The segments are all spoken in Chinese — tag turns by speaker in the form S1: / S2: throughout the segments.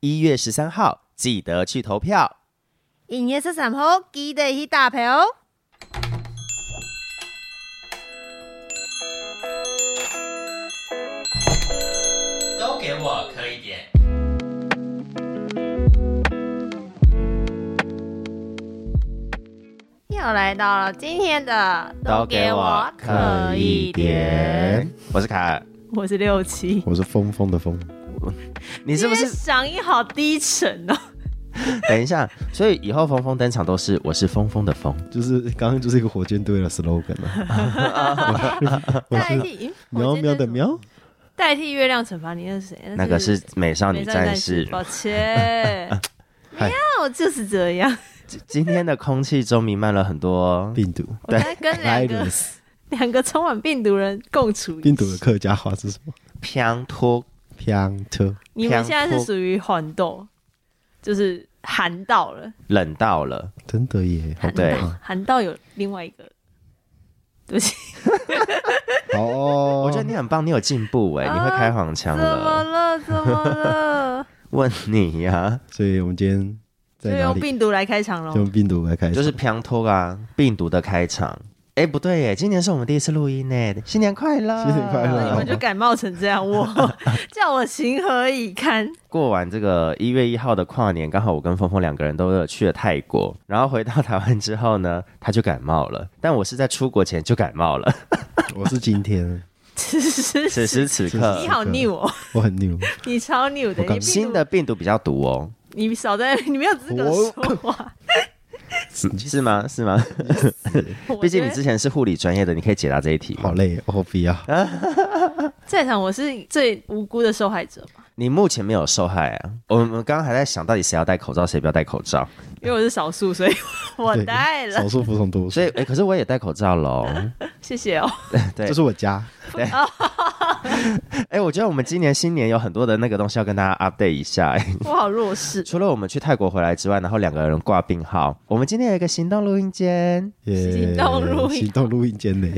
S1: 一月十三号记得去投票。
S2: 一月十三号记得去打票。哦
S3: 都给我磕一点。
S2: 又来到了今天的，
S1: 可以。，我是凯尔，
S2: 我是六七，
S4: 我是疯疯的疯，
S1: 你是不
S2: 今天
S1: 是？
S2: 嗓音好低沉哦？
S1: 等一下，所以以后峰峰登场都是我是峰峰的峰，
S4: 就是刚刚就是一个火箭队的 slogan 啊。我
S2: 代
S4: 是
S2: 替
S4: 喵喵的，喵，
S2: 代替月亮惩罚你那是谁？
S1: 那个是美少女
S2: 美少
S1: 战士。
S2: 抱歉。
S1: 嗨
S2: 喵，就是这样。
S1: 今今天的空气中弥漫了很多，
S4: 病毒
S2: 我在跟两个
S4: ，virus，
S2: 两个充满病毒人共处一
S4: 病毒
S2: 室
S4: 的客家话是什么？
S1: 偏脱
S4: 偏特，
S2: 你们现在是属于缓斗，就是寒到了，
S1: 冷到了，
S4: 真的耶，好
S2: 寒
S4: 可
S2: 到
S1: 对
S4: 怕。
S2: 寒到有另外一个，对不起，
S4: 好哦，
S1: 我觉得你很棒，你有进步哎、
S2: 啊
S1: 你会开黄腔
S2: 怎么
S1: 了。
S2: 了？怎么了？
S1: 问你啊呀、
S4: 所以我们今天
S2: 就
S4: 在哪
S2: 用
S4: 里？
S2: 病毒来开场喽
S4: 就。用病毒来开始，
S1: 就是偏脱啊，病毒的开场。哎，不对耶，今年是我们第一次录音呢，新年快乐！
S4: 新年快乐
S1: 哦
S2: 那你们就感冒成这样，我叫我情何以堪？
S1: 过完这个一月一号的跨年，刚好我跟峰峰两个人都有去了泰国，然后回到台湾之后呢， 他就感冒了。但我是在出国前就感冒 了，
S4: 我是今天，
S2: 此时
S1: 此时此刻
S2: 你，好 new 哦，
S4: 我 很牛，
S2: 你超 new 的，
S4: 我刚
S2: 你病毒
S1: 新的病毒比较毒哦，
S2: 你少在，你没有资格
S4: 我
S2: 说话。
S1: 是吗？是吗？
S2: 我
S1: 毕竟
S2: 觉
S1: 你
S2: 得
S1: 之前是护理专业的，你可以解答这一题吗。
S4: 好啊累，我不 要，
S2: 在场我是最无辜的受害者嘛，
S1: 你目前没有受害啊？我们刚刚还在想到底谁要戴口罩，谁不要戴口罩。
S2: 因为我是少数，所以我
S4: 对
S2: 带了
S4: 少，数服从多数
S1: 所以，，哎，可是我也戴口罩 喽。
S2: 谢谢哦。
S1: 对
S4: 这，是我家，
S1: 哎，我觉得我们今年新年有很多的那个东西要跟大家 update 一下。哎
S2: 我好弱势，
S1: 除了我们去泰国回来之外，然后两个人挂病号，我们今天有一个行动录音间，
S4: 耶
S2: 行动录音
S4: 行动录音间呢，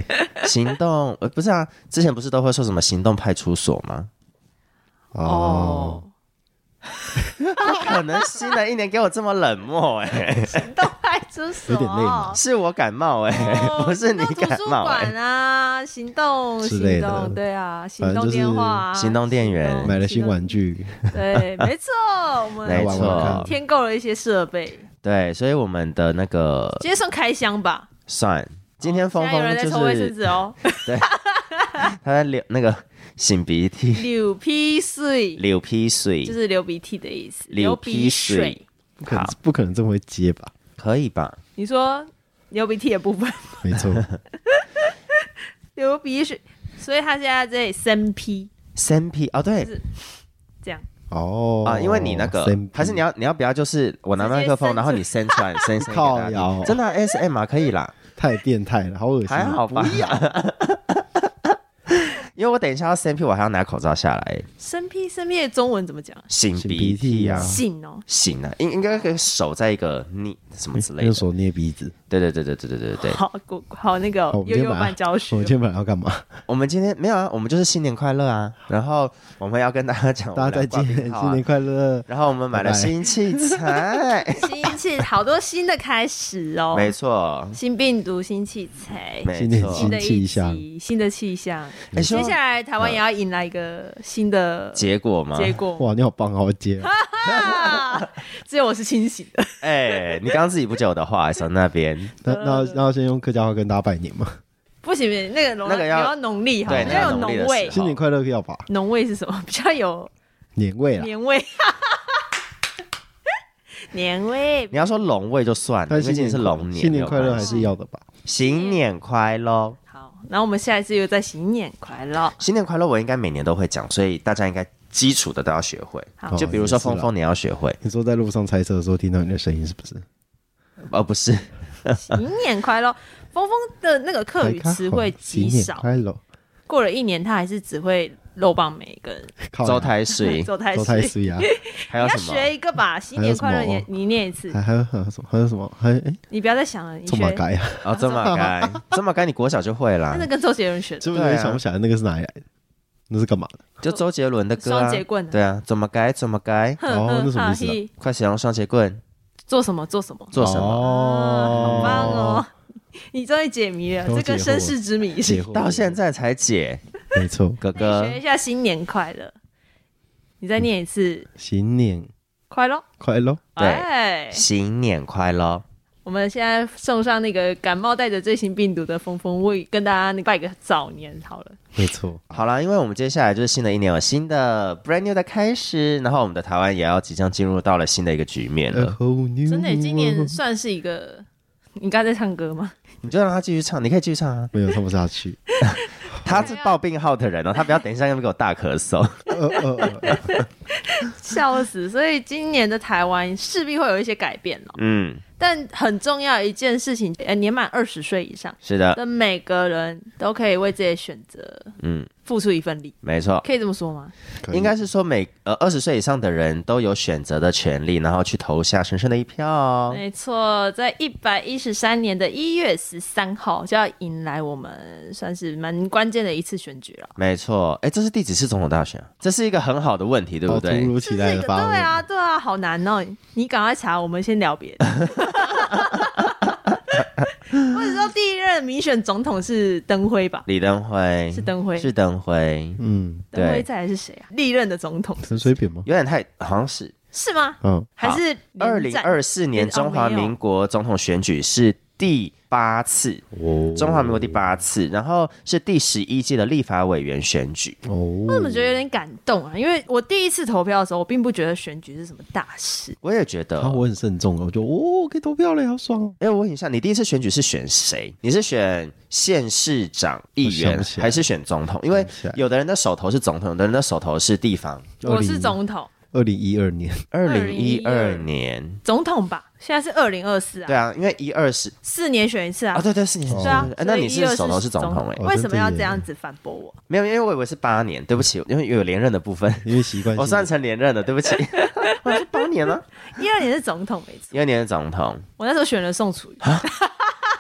S1: 行动呃不是啊，之前不是都会说什么行动派出所吗？
S4: 哦，
S2: 哦，
S1: 不可能新的一年给我这么冷漠哎、
S2: 都派出所
S4: 有点累嘛
S1: 是我感冒哎、
S2: 哦
S1: 不是你
S2: 行动
S1: 感
S2: 图书
S1: 冒哎、
S2: 馆啊，行动
S4: 之类
S2: 行
S4: 的
S2: 动，对啊，行
S4: 反正
S2: 动
S4: 就是
S2: 电话啊，
S1: 行动电源
S4: 哦买了新玩具，
S2: 对，没错，我 们
S1: 没
S4: 玩玩看
S1: 错，
S2: 添购了一些设备，
S1: 对，所以我们的那个
S2: 今天算开箱吧。
S1: 算，今天峰
S2: 现在有
S1: 峰
S2: 人在
S1: 就
S2: 抽卫生
S1: 是
S2: 纸 哦，
S1: 他在流那个擤鼻 涕、
S2: 流鼻水
S1: 流鼻水，
S2: 就是流鼻涕的意思，
S1: 流
S2: 鼻
S1: 鼻水，
S4: 不可能
S1: 好
S4: 不可能这么会接吧？
S1: 可以吧？
S2: 你说流鼻涕的部分，
S4: 没错，
S2: 流鼻水，所以他现在在生批
S1: 三 P 哦，对
S2: 就是这样，
S4: 哦
S1: 啊，因为你那个
S4: 生
S1: 还是你要你要不要就是我拿麦克
S2: 直接
S1: 风，
S2: 伸
S1: 然后你伸出来，伸伸给
S4: 靠
S1: 他
S4: 腰
S1: 听，真的 S M 啊可以啦，
S4: 太变态 了，好恶心，
S1: 还好吧？ 因为我等一下要伸 P，我还要拿口罩下来，
S2: 生批生批的中文怎么讲？
S1: 擤
S4: 擤
S1: 鼻
S4: 鼻涕
S1: 涕啊
S4: 啊，
S2: 信哦，
S1: 擤啊，应应该可以手在一个你什么之类
S4: 用
S1: 的，
S4: 手捏鼻子。
S1: 对对对对对对对对。
S2: 好古好那个
S1: 哦
S4: 好，我们
S2: 悠
S4: 今天
S2: 悠
S4: 晚
S2: 版教
S4: 上，
S2: 学
S4: 我，们今天晚上要干嘛？
S1: 我们今天没有啊，我们就是新年快乐啊，然后我们要跟大家讲，
S4: 大家再见，新年
S1: 乐。
S4: 快乐！
S1: 啊然后我们买了
S4: 拜拜
S1: 新器材，
S2: 新气好多新的开始哦，
S1: 没错，
S2: 新病毒、新器材、
S1: 没
S4: 新年
S1: 错
S2: 新的
S4: 新
S2: 一
S4: 气象
S2: 集、新的气象。
S1: 哎希
S2: 接
S1: 望
S2: 下来台湾也要迎来一个新的
S1: 呃结果吗？
S2: 结果，
S4: 哇，你好棒，好会 接哦，
S2: 啊只有我是清醒的。
S1: 哎，你刚刚自己不接我的话，从那边。
S4: 那那那要先用客家话跟大家拜年嘛，
S2: 不行，不行，那个浓
S1: 那个要
S2: 你农历哈，
S1: 对
S2: 你
S1: 那
S2: 要
S1: 要
S2: 有
S1: 农历的
S2: 浓味
S1: 时。
S4: 新年快乐要吧，
S2: 浓味是什么？比较有
S4: 年味啦。
S2: 年味， 年味
S1: 你要说龙味就算了，
S4: 但
S1: 因为
S4: 新
S1: 今
S4: 年
S1: 年是龙年，
S4: 新年快
S1: 没
S4: 乐
S1: 有关
S4: 还
S1: 系
S4: 是要的吧？
S1: 新年快乐，
S2: 好。然后我们下一次又在新年快乐，
S1: 新年快乐，我应该每年都会讲，所以大家应该基础的都要学会
S2: 好。
S1: 就比如说
S4: 哦也是啦
S1: 峰峰，你要学会，
S4: 你说在路上猜测的时候听到你的声音是不是？
S1: 哦，不 是，啊
S2: 新年快乐。峰峰的那个客语词汇极
S4: 新年
S2: 少，
S4: 快乐，
S2: 过了一年他还是只会肉棒梅跟
S4: 靠呀
S1: 周台 水，
S2: 周太
S4: 周
S2: 岁
S4: 太。岁啊，
S1: 还
S2: 你
S1: 有
S2: 要
S1: 什么？哦
S2: 学一个吧，新年快乐，
S4: 还有
S2: 你
S4: 什么
S2: 你念一次，
S4: 还还有还有什么？还有什么？还哎，
S2: 你不要再想了，你
S4: 这么
S2: 学。
S4: 改啊？
S1: 哦，这么该，这么该，你国小就会啦
S2: 那。是跟周杰伦学的，
S1: 啊
S4: 是不是有点想不起来那个是哪里来的？那是干嘛的？
S1: 就周杰伦的歌啊，
S2: 双节棍啊
S1: 对啊，怎么改怎么 改，
S2: 哼
S4: 哦
S2: 哼
S4: 那什么
S2: 哈
S4: 意思啊
S2: 嘿
S1: 快使用双节棍
S2: 做什么做什么？啊
S1: 做什么？
S4: 哦
S2: 好棒哦！ 你终于解谜了，
S4: 都
S2: 这
S4: 解惑
S2: 个身世之谜
S4: 解惑
S1: 到现在才解，
S4: 没错，
S1: 哥
S2: 那
S1: 哥
S2: 你学一下新年快乐，你再念一次
S4: 新年
S2: 快乐。
S4: 快乐！
S1: 对
S2: 哎，
S1: 新年快乐！
S2: 我们现在送上那个感冒带着最新病毒的风风卫，跟大家拜个早年好了。
S4: 没错，
S1: 好啦，因为我们接下来就是新的一年有新的 brand new 的开始，然后我们的台湾也要即将进入到了新的一个局面了。
S4: 真
S2: 真的，今年算是一个。你刚才在唱歌吗？
S1: 你就让他继续唱，你可以继续唱啊。
S4: 没有唱不下去。
S1: 他是抱病号的人哦，他不要等一下又给我大咳嗽。
S4: 呃呃呃，
S2: 笑死！所以今年的台湾势必会有一些改变了，
S1: 嗯，
S2: 但很重要一件事情，呃，年满二十岁以上
S1: 是的，
S2: 的每个人都可以为自己的选择
S1: 嗯，
S2: 付出一份力，
S1: 没错。
S2: 可以这么说吗？
S4: 可以
S1: 应该是说每呃二十岁以上的人都有选择的权利，然后去投下神圣的一票哦。
S2: 没错，在一百一十三年的一月十三号就要迎来我们算是蛮关键的一次选举了。
S1: 没错，哎，这是第几次总统大选啊？这是一个很好的问题，对不
S4: 哦好突
S1: 对？
S4: 如
S2: 这
S4: 其
S2: 是
S4: 来
S2: 一个
S4: 的
S2: 对
S4: 发问，
S2: 啊，对啊，好难哦！你赶快查，我们先聊别的。 我只知道第一任民选总统是登辉吧？
S1: 李登辉
S2: 是登辉
S1: 是登辉，
S4: 嗯，
S1: 对
S2: 登辉再来是谁啊？历任的总统
S4: 陈水扁吗？
S1: 有点太好像是
S2: 是吗？
S4: 嗯，
S2: 还是
S1: 二
S2: 连
S1: 零
S2: 战
S1: 二四年中华民国总统选举是第八次，
S4: 哦
S1: 中华民国第八次，然后是第十一届的立法委员选举。
S4: 哦，
S2: 我怎么觉得有点感动啊？因为我第一次投票的时候，我并不觉得选举是什么大事。
S1: 我也觉得，
S4: 啊，我很慎重啊，我就哦，可以投票了，好爽哦！
S1: 哎、我问一下，你第一次选举是选谁？你是选县市长、议
S4: 我想
S1: 员
S4: 不，起来
S1: 还是选总统？因为
S4: 想不起来
S1: 有的人的手头是总统，有的人的手头是地方。
S2: 我是总统，
S4: 二零一二年，
S1: 二零一二
S2: 2012
S1: 年，
S2: 总统吧？现在是二零二四啊，
S1: 对啊，因为一二是
S2: 四年选一次啊。
S1: 啊，对对是你，
S2: 对啊
S1: 哎，那你
S2: 所以
S1: 是
S2: 124
S1: 手头是总统哎、
S4: 哦
S2: 为什么要
S4: 真
S2: 这
S4: 的耶
S2: 样子反驳我？
S1: 没有，因为我以为是八年，对不起，因为有连任的部分，
S4: 因为习惯性
S1: 我算成连任了，对不 起，我哦是八年了，
S2: 一二年是总统没错，
S1: 一二年的总统，
S2: 我那时候选了宋楚瑜，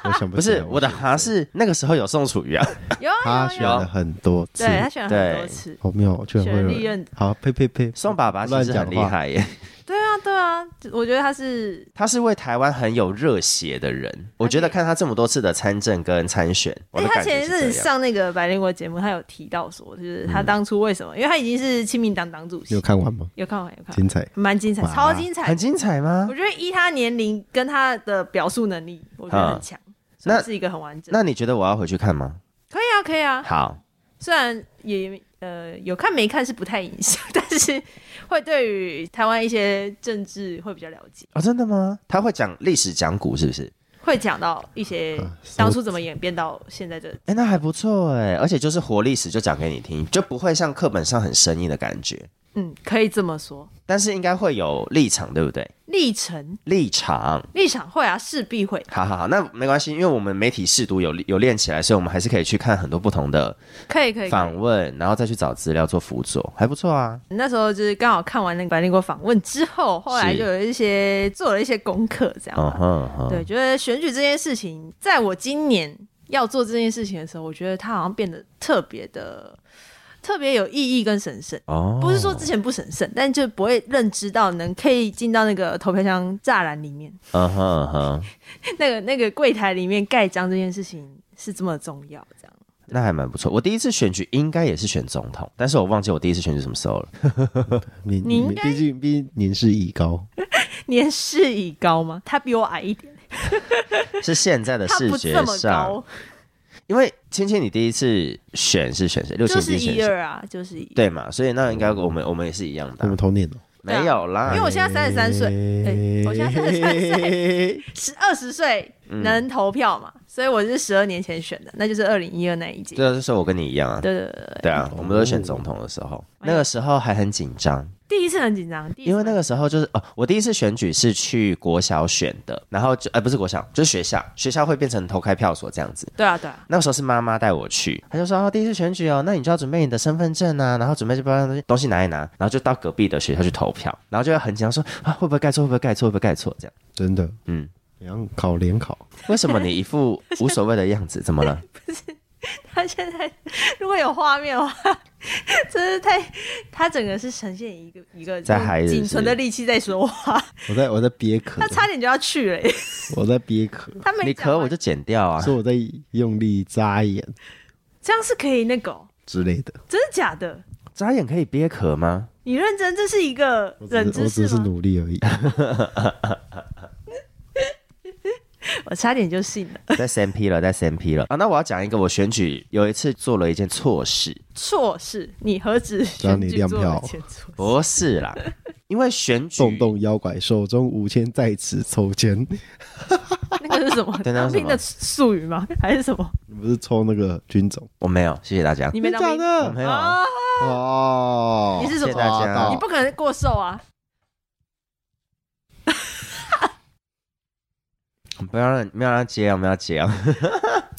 S4: 我想
S1: 不
S4: 起来
S1: 是我的 哈是那个时候有宋楚瑜 啊，
S2: 有啊
S4: 他
S2: 有
S4: 选
S2: 有，
S4: 了很多次，
S2: 对他选了很多
S1: 对
S2: 次，
S4: 好妙哦，居然
S2: 选了
S4: 会
S2: 历
S4: 有人
S2: 任
S4: 好呸呸呸，
S1: 宋爸爸其实很厉害耶，
S2: 对啊对啊，我觉得他是
S1: 他是为台湾很有热血的人，我觉得看他这么多次的参政跟参选，我
S2: 因
S1: 的
S2: 为
S1: 感
S2: 他
S1: 觉
S2: 前一
S1: 是
S2: 阵
S1: 这
S2: 子
S1: 样。嗯
S2: 上那个百灵国节目，他有提到说，就是他当初为什么，因为他已经是亲民党党主
S4: 你
S2: 席
S4: 有，看完吗？
S2: 有看完有看完，
S4: 精彩，
S2: 蛮精彩，
S4: 哇
S2: 超精彩
S1: 很。精彩吗
S2: 我？觉得依他年龄跟他的表述能力，我觉得很强，所
S1: 啊那
S2: 以是一个很完整。
S1: 那你觉得我要回去看吗？
S2: 可以啊可以啊，
S1: 好，
S2: 虽然也呃有看没看是不太影响， 但是会对于台湾一些政治会比较了解，
S1: 哦，真的吗？他会讲历史讲古是不是？
S2: 会讲到一些
S4: 啊什么
S2: 当初怎么演变到现在的。
S1: 哎，那还不错哎，而且就是活历史就讲给你听，就不会像课本上很生硬的感觉，
S2: 嗯，可以这么说，
S1: 但是应该会有立场，对不对？
S2: 历程
S1: 立场，
S2: 立场会啊，势必会
S1: 好好好，那没关系，因为我们媒体试读有有练起来，所以我们还是可以去看很多不同的
S2: 可以可以。可以
S1: 访问，然后再去找资料做辅佐，还不错啊。
S2: 那时候就是刚好看完那个白灵国访问之后，后来
S1: 是
S2: 就有一些做了一些功课，这样吧。
S1: 嗯哼嗯哼，
S2: 对，觉得选举这件事情，在我今年要做这件事情的时候，我觉得它好像变得特别的、特别有意义跟神圣。
S1: 哦，
S2: 不是说之前不神圣，但就不会认知到能可以进到那个投票箱栅栏里面，
S1: 嗯哼嗯哼，
S2: 那个那个柜台里面盖章这件事情是这么重要，这样。
S1: 那还蛮不错。我第一次选举应该也是选总统，但是我忘记我第一次选举什么时 候了。
S4: 你
S2: 你应
S4: 你
S2: 该
S4: 毕竟毕竟年事已高，
S2: 年事已高吗？他比我矮一点，
S1: 是现在的
S2: 他
S1: 视
S2: 不
S1: 觉
S2: 这么
S1: 上，
S2: 高，
S1: 因为芊芊，你第一次选是选谁？六
S2: 就
S1: 千
S2: 是
S1: 第
S2: 一
S1: 选谁？
S2: 二啊，就是一。
S1: 对嘛，所以那应该我们我们也是一样的
S4: 我
S1: 啊、
S4: 们同年哦，
S2: 对啊
S1: 没有啦，
S2: 因为我现在三十三岁，对，我现在三十三岁，
S4: 岁，
S2: 十二十岁能投票嘛，所以我是十二年前选的，那就是二零一二那一届。
S1: 对啊，就是我跟你一样啊。
S2: 对对对对，
S1: 对啊，我们都是选总统的时候，那个时候还很紧张，
S2: 第一次很紧张，第一次
S1: 因为那
S2: 很
S1: 个时候就是哦，我第一次选举是去国小选的，然后就呃不是国小，就是学校，学校会变成投开票所这样子。
S2: 对啊对啊，
S1: 那个时候是妈妈带我去，她就说哦，第一次选举哦，那你就要准备你的身份证啊，然后准备这包东西东西拿一拿，然后就到隔壁的学校去投票，然后就会很紧张说啊会不会盖错，会不会盖错，会不会盖错这样。
S4: 真的，
S1: 嗯
S4: 嗯，然后考联考，
S1: 为什么你一副无所谓的样子？怎么了？
S2: 他现在如果有画面的话，真是太他整个是呈现一个一个
S1: 在
S2: 用
S1: 嗨是不是
S2: 仅存的力气在说话，
S4: 我在我在憋咳
S2: 他，差点就要去了耶，
S4: 我在憋咳，
S2: 他没
S1: 你
S2: 讲
S1: 咳
S2: 完
S1: 我就剪掉 啊。
S4: 说我在用力眨眼
S2: 这样是可以那个哦、
S4: 之类的。
S2: 真的假的？
S1: 眨眼可以憋咳吗？
S2: 你认真，这是一个
S4: 我
S2: 冷
S4: 只是我
S2: 知
S4: 只
S2: 识
S4: 是
S2: 吗？
S4: 努力 而已。
S2: 我差点就信了。
S1: 在三 P 了，在三 P 了啊！那我要讲一个，我选举有一次做了一件错事，
S2: 错事，你何止
S4: 叫
S2: 选
S4: 你
S2: 举
S4: 亮
S2: 做了
S4: 票
S2: 前错事？
S1: 不是啦，因为选举
S4: 动动腰拐，手中无铅在此抽签。
S2: 那个是什么？
S1: 对 那
S2: 当
S1: 是
S2: 兵
S1: 什么
S2: 的术语吗？ 还是什么？
S4: 你不是抽那个军种？
S1: 我没有，谢谢大家，
S2: 你没当
S4: 真
S2: 兵？
S1: 我
S4: 的
S1: 没有啊，
S2: 啊，
S4: 哦，
S2: 你是什
S1: 谢
S2: 么
S1: 谢大
S4: 哦
S1: 家
S2: 你。不可能过瘦啊！
S1: 不要让不要让他接啊，不要接 啊！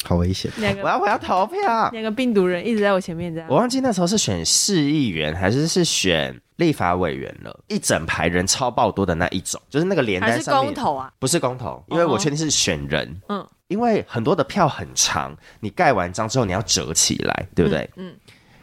S4: 好危险。
S2: 两
S1: 我要
S2: 个
S1: 我要投 票。
S2: 两个病毒人一直在我前面这样
S1: 我。忘记那时候是选市议员还是是选立法委员了，一整排人超爆多的那一种，就是那个连
S2: 还
S1: 单
S2: 是
S1: 上
S2: 公
S1: 面
S2: 投啊？
S1: 不是公投，因为我确定是选人，
S2: 嗯，
S1: 因为很多的票很长，你盖完章之后你要折起来，对不对？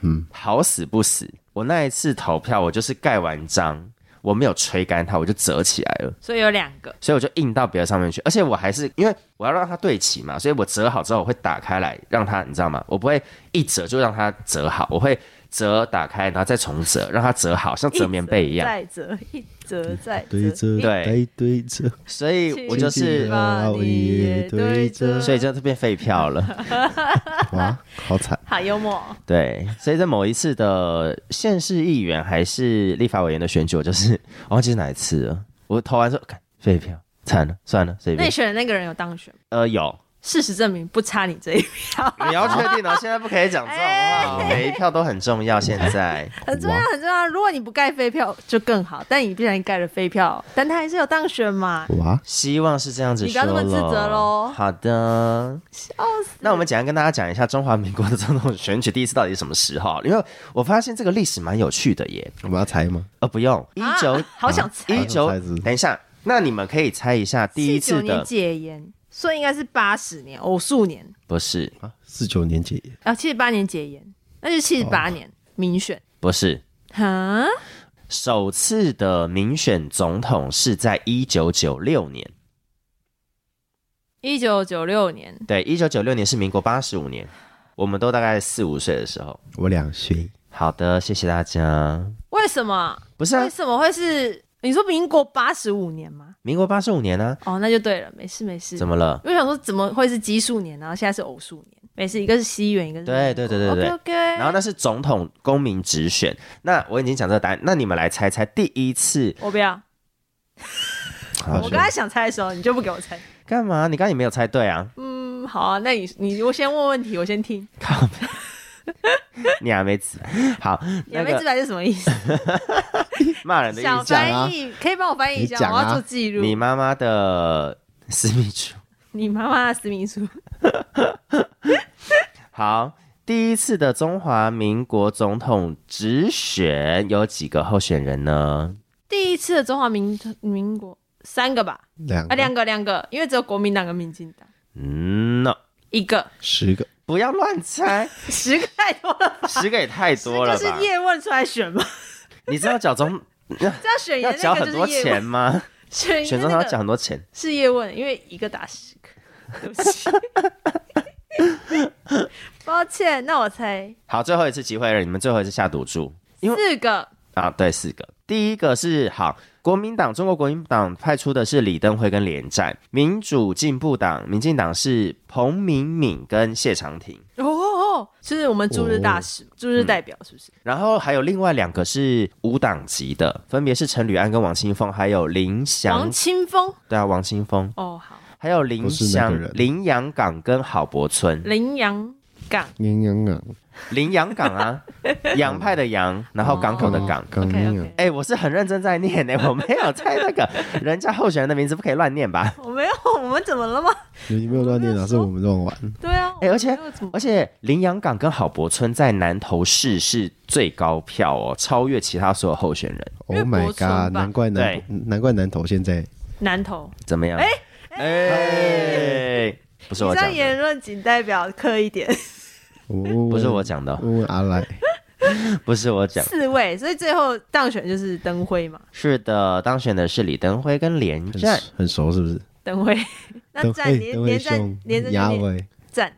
S2: 嗯，
S1: 好死不死，我那一次投票我就是盖完章，我没有吹干它，我就折起来了。
S2: 所以有两个。
S1: 所以我就印到别的上面去，而且我还是因为我要让它对齐嘛，所以我折好之后我会打开来让它，你知道吗？我不会一折就让它折好，我会折打开，然后再重折，让它折好，像折棉被一样。
S2: 再折一折再折，
S4: 对
S1: 对
S4: 着对对着，
S1: 所以我就
S4: 亲
S1: 是
S4: 戚，啊我也对着
S1: 所以就变废票了。
S4: 哇，好惨！
S2: 好幽默哦。
S1: 对，所以在某一次的县市议员还是立法委员的选举，我就是我忘记是哪一次了。我投完之后，看废票，惨了，算了，随
S2: 那你
S1: 便。
S2: 选的那个人有当选吗？
S1: 呃，有，
S2: 事实证明不差你这一票，
S1: 你要确定哦，现在不可以讲这种话哦，每一票都很重要。现在
S2: 很重要很重要。如果你不盖废票就更好，但你必然盖了废票，但他还是有当选嘛。
S4: 哇，
S1: 希望是这样子
S2: 你
S1: 说
S2: 不要
S1: 咯
S2: 这么自责咯
S1: 好的，
S2: 笑死！
S1: 那我们简单跟大家讲一下中华民国的总统选举第一次到底是什么时候？因为我发现这个历史蛮有趣的耶。
S4: 我们要猜吗？
S1: 呃，不用，一
S2: 啊
S1: 九
S2: 好想猜
S1: 一九
S4: 好想猜是不，是
S1: 等一下，那你们可以猜一下第一次
S2: 49年
S1: 的
S2: 戒烟，所以应该是八十年偶数年
S1: 不是
S4: 啊，四九年解
S2: 啊，七十八年戒烟，那就七十八年民选
S1: 不是。
S2: 哦哈，
S1: 首次的民选总统是在一九九六年，
S2: 一九九六年
S1: 对，一九九六年是民国八十五年，我们都大概四五岁的时候。
S4: 我两岁，
S1: 好的，谢谢大家。
S2: 为什么？
S1: 不是啊
S2: 为，什么会是你说民国八十五年吗？
S1: 民国八十五年呢、
S2: 哦，那就对了，没事没事。
S1: 怎么了？
S2: 我想说怎么会是奇数年，然后现在是偶数年？没事，一个是西元，一个是
S1: 对对对对对
S2: OK OK。
S1: 然后那是总统公民直选，那我已经讲这个答案，那你们来猜猜第一次
S2: 我不要，
S4: 好
S2: 我刚才想猜的时候，你就不给我猜。
S1: 干嘛？你刚刚也没有猜对啊，
S2: 嗯，好啊，那你你我先问问题，我先听。
S1: 你还没猜。好， 那
S2: 两倍
S1: 个
S2: 自白是什么意思？
S1: 骂人的意
S2: 想
S1: 思，啊
S2: 翻译，可以帮我翻译一下
S4: 你，讲
S2: 我
S4: 啊
S2: 要做记录。
S1: 你妈妈的私密处。
S2: 你妈妈的私密处，
S1: 好，第一次的中华民国总统直选有几个候选人呢？
S2: 第一次的中华民民国三个吧？
S4: 两
S2: 啊，两个两个，因为只有国民党跟民进党
S1: 嗯，no，
S2: 一个，
S4: 十个，
S1: 不要乱 猜，
S2: 十个太多了吧？
S1: 十个也太多了
S2: 这就
S1: 吧
S2: 是？叶问出来选嘛，
S1: 你知道缴 中
S2: 这样 选
S1: 要
S2: 赢的
S1: 缴
S2: 那个
S1: 很
S2: 就
S1: 多
S2: 是叶
S1: 钱
S2: 问，
S1: 吗？
S2: 选赢
S1: 选
S2: 的
S1: 总统
S2: 那
S1: 要缴
S2: 个
S1: 很多钱。
S2: 是叶问，因为一个打十个， 对 不起，抱歉，那我猜
S1: 好，最后一次机会了，你们最后一次下赌注因为
S2: 四个，
S1: 啊！对，四个。第一个是好，国民党，中国国民党派出的是李登辉跟连战，民主进步党、民进党是彭明敏跟谢长廷，
S2: 哦哦，哦，就是我们驻日大
S1: 哦
S2: 使、
S1: 嗯
S2: 驻、日代表，是不是？
S1: 然后还有另外两个是无党籍的，分别是陈履安跟王清峰，还有林
S2: 王
S1: 祥，
S2: 清风，
S1: 对啊，王清峰，
S2: 哦，好，
S1: 还有林
S4: 不是那个
S1: 祥
S4: 人、
S1: 林洋港跟郝柏村，
S2: 羚羊港
S4: 嗯嗯嗯，
S1: 林洋港啊，洋派的洋，然后港口的港。
S4: 刚
S2: ，OK
S4: 刚
S2: OK，、
S1: 哎、我是很认真在念呢、我没有猜那个人家候选人的名字，不可以乱念吧？
S2: 我没有，我们怎么了吗？
S4: 你没有乱念啊，是我们乱玩。
S2: 对啊，
S1: 哎而且
S2: 我没有怎么
S1: 而且林洋港跟郝柏村在南投市是最高票哦，超越其他所有候选人，
S4: Oh my
S2: 因为伯村
S4: god！
S2: 吧
S4: 难怪南
S1: 对
S4: 难怪南投现在
S2: 南投，
S1: 怎么样？哎哎、不是
S2: 以
S1: 啊我讲
S2: 上
S1: 的，
S2: 言论仅代表客一点，
S1: 不
S4: 不
S1: 是我讲的哦
S4: 问问 阿来，
S1: 不是我讲，
S2: 四位，所以最后当选就是灯辉嘛，
S1: 是的，当选的是李登辉跟连
S4: 很
S1: 战，
S4: 很熟是不是？
S2: 灯辉，那
S4: 等
S2: 赞
S1: 哎
S4: 会
S2: 连连
S4: 等会
S2: 赞
S4: 兄
S2: 连着
S4: 牙
S2: 就念
S4: 伟，
S2: 赞，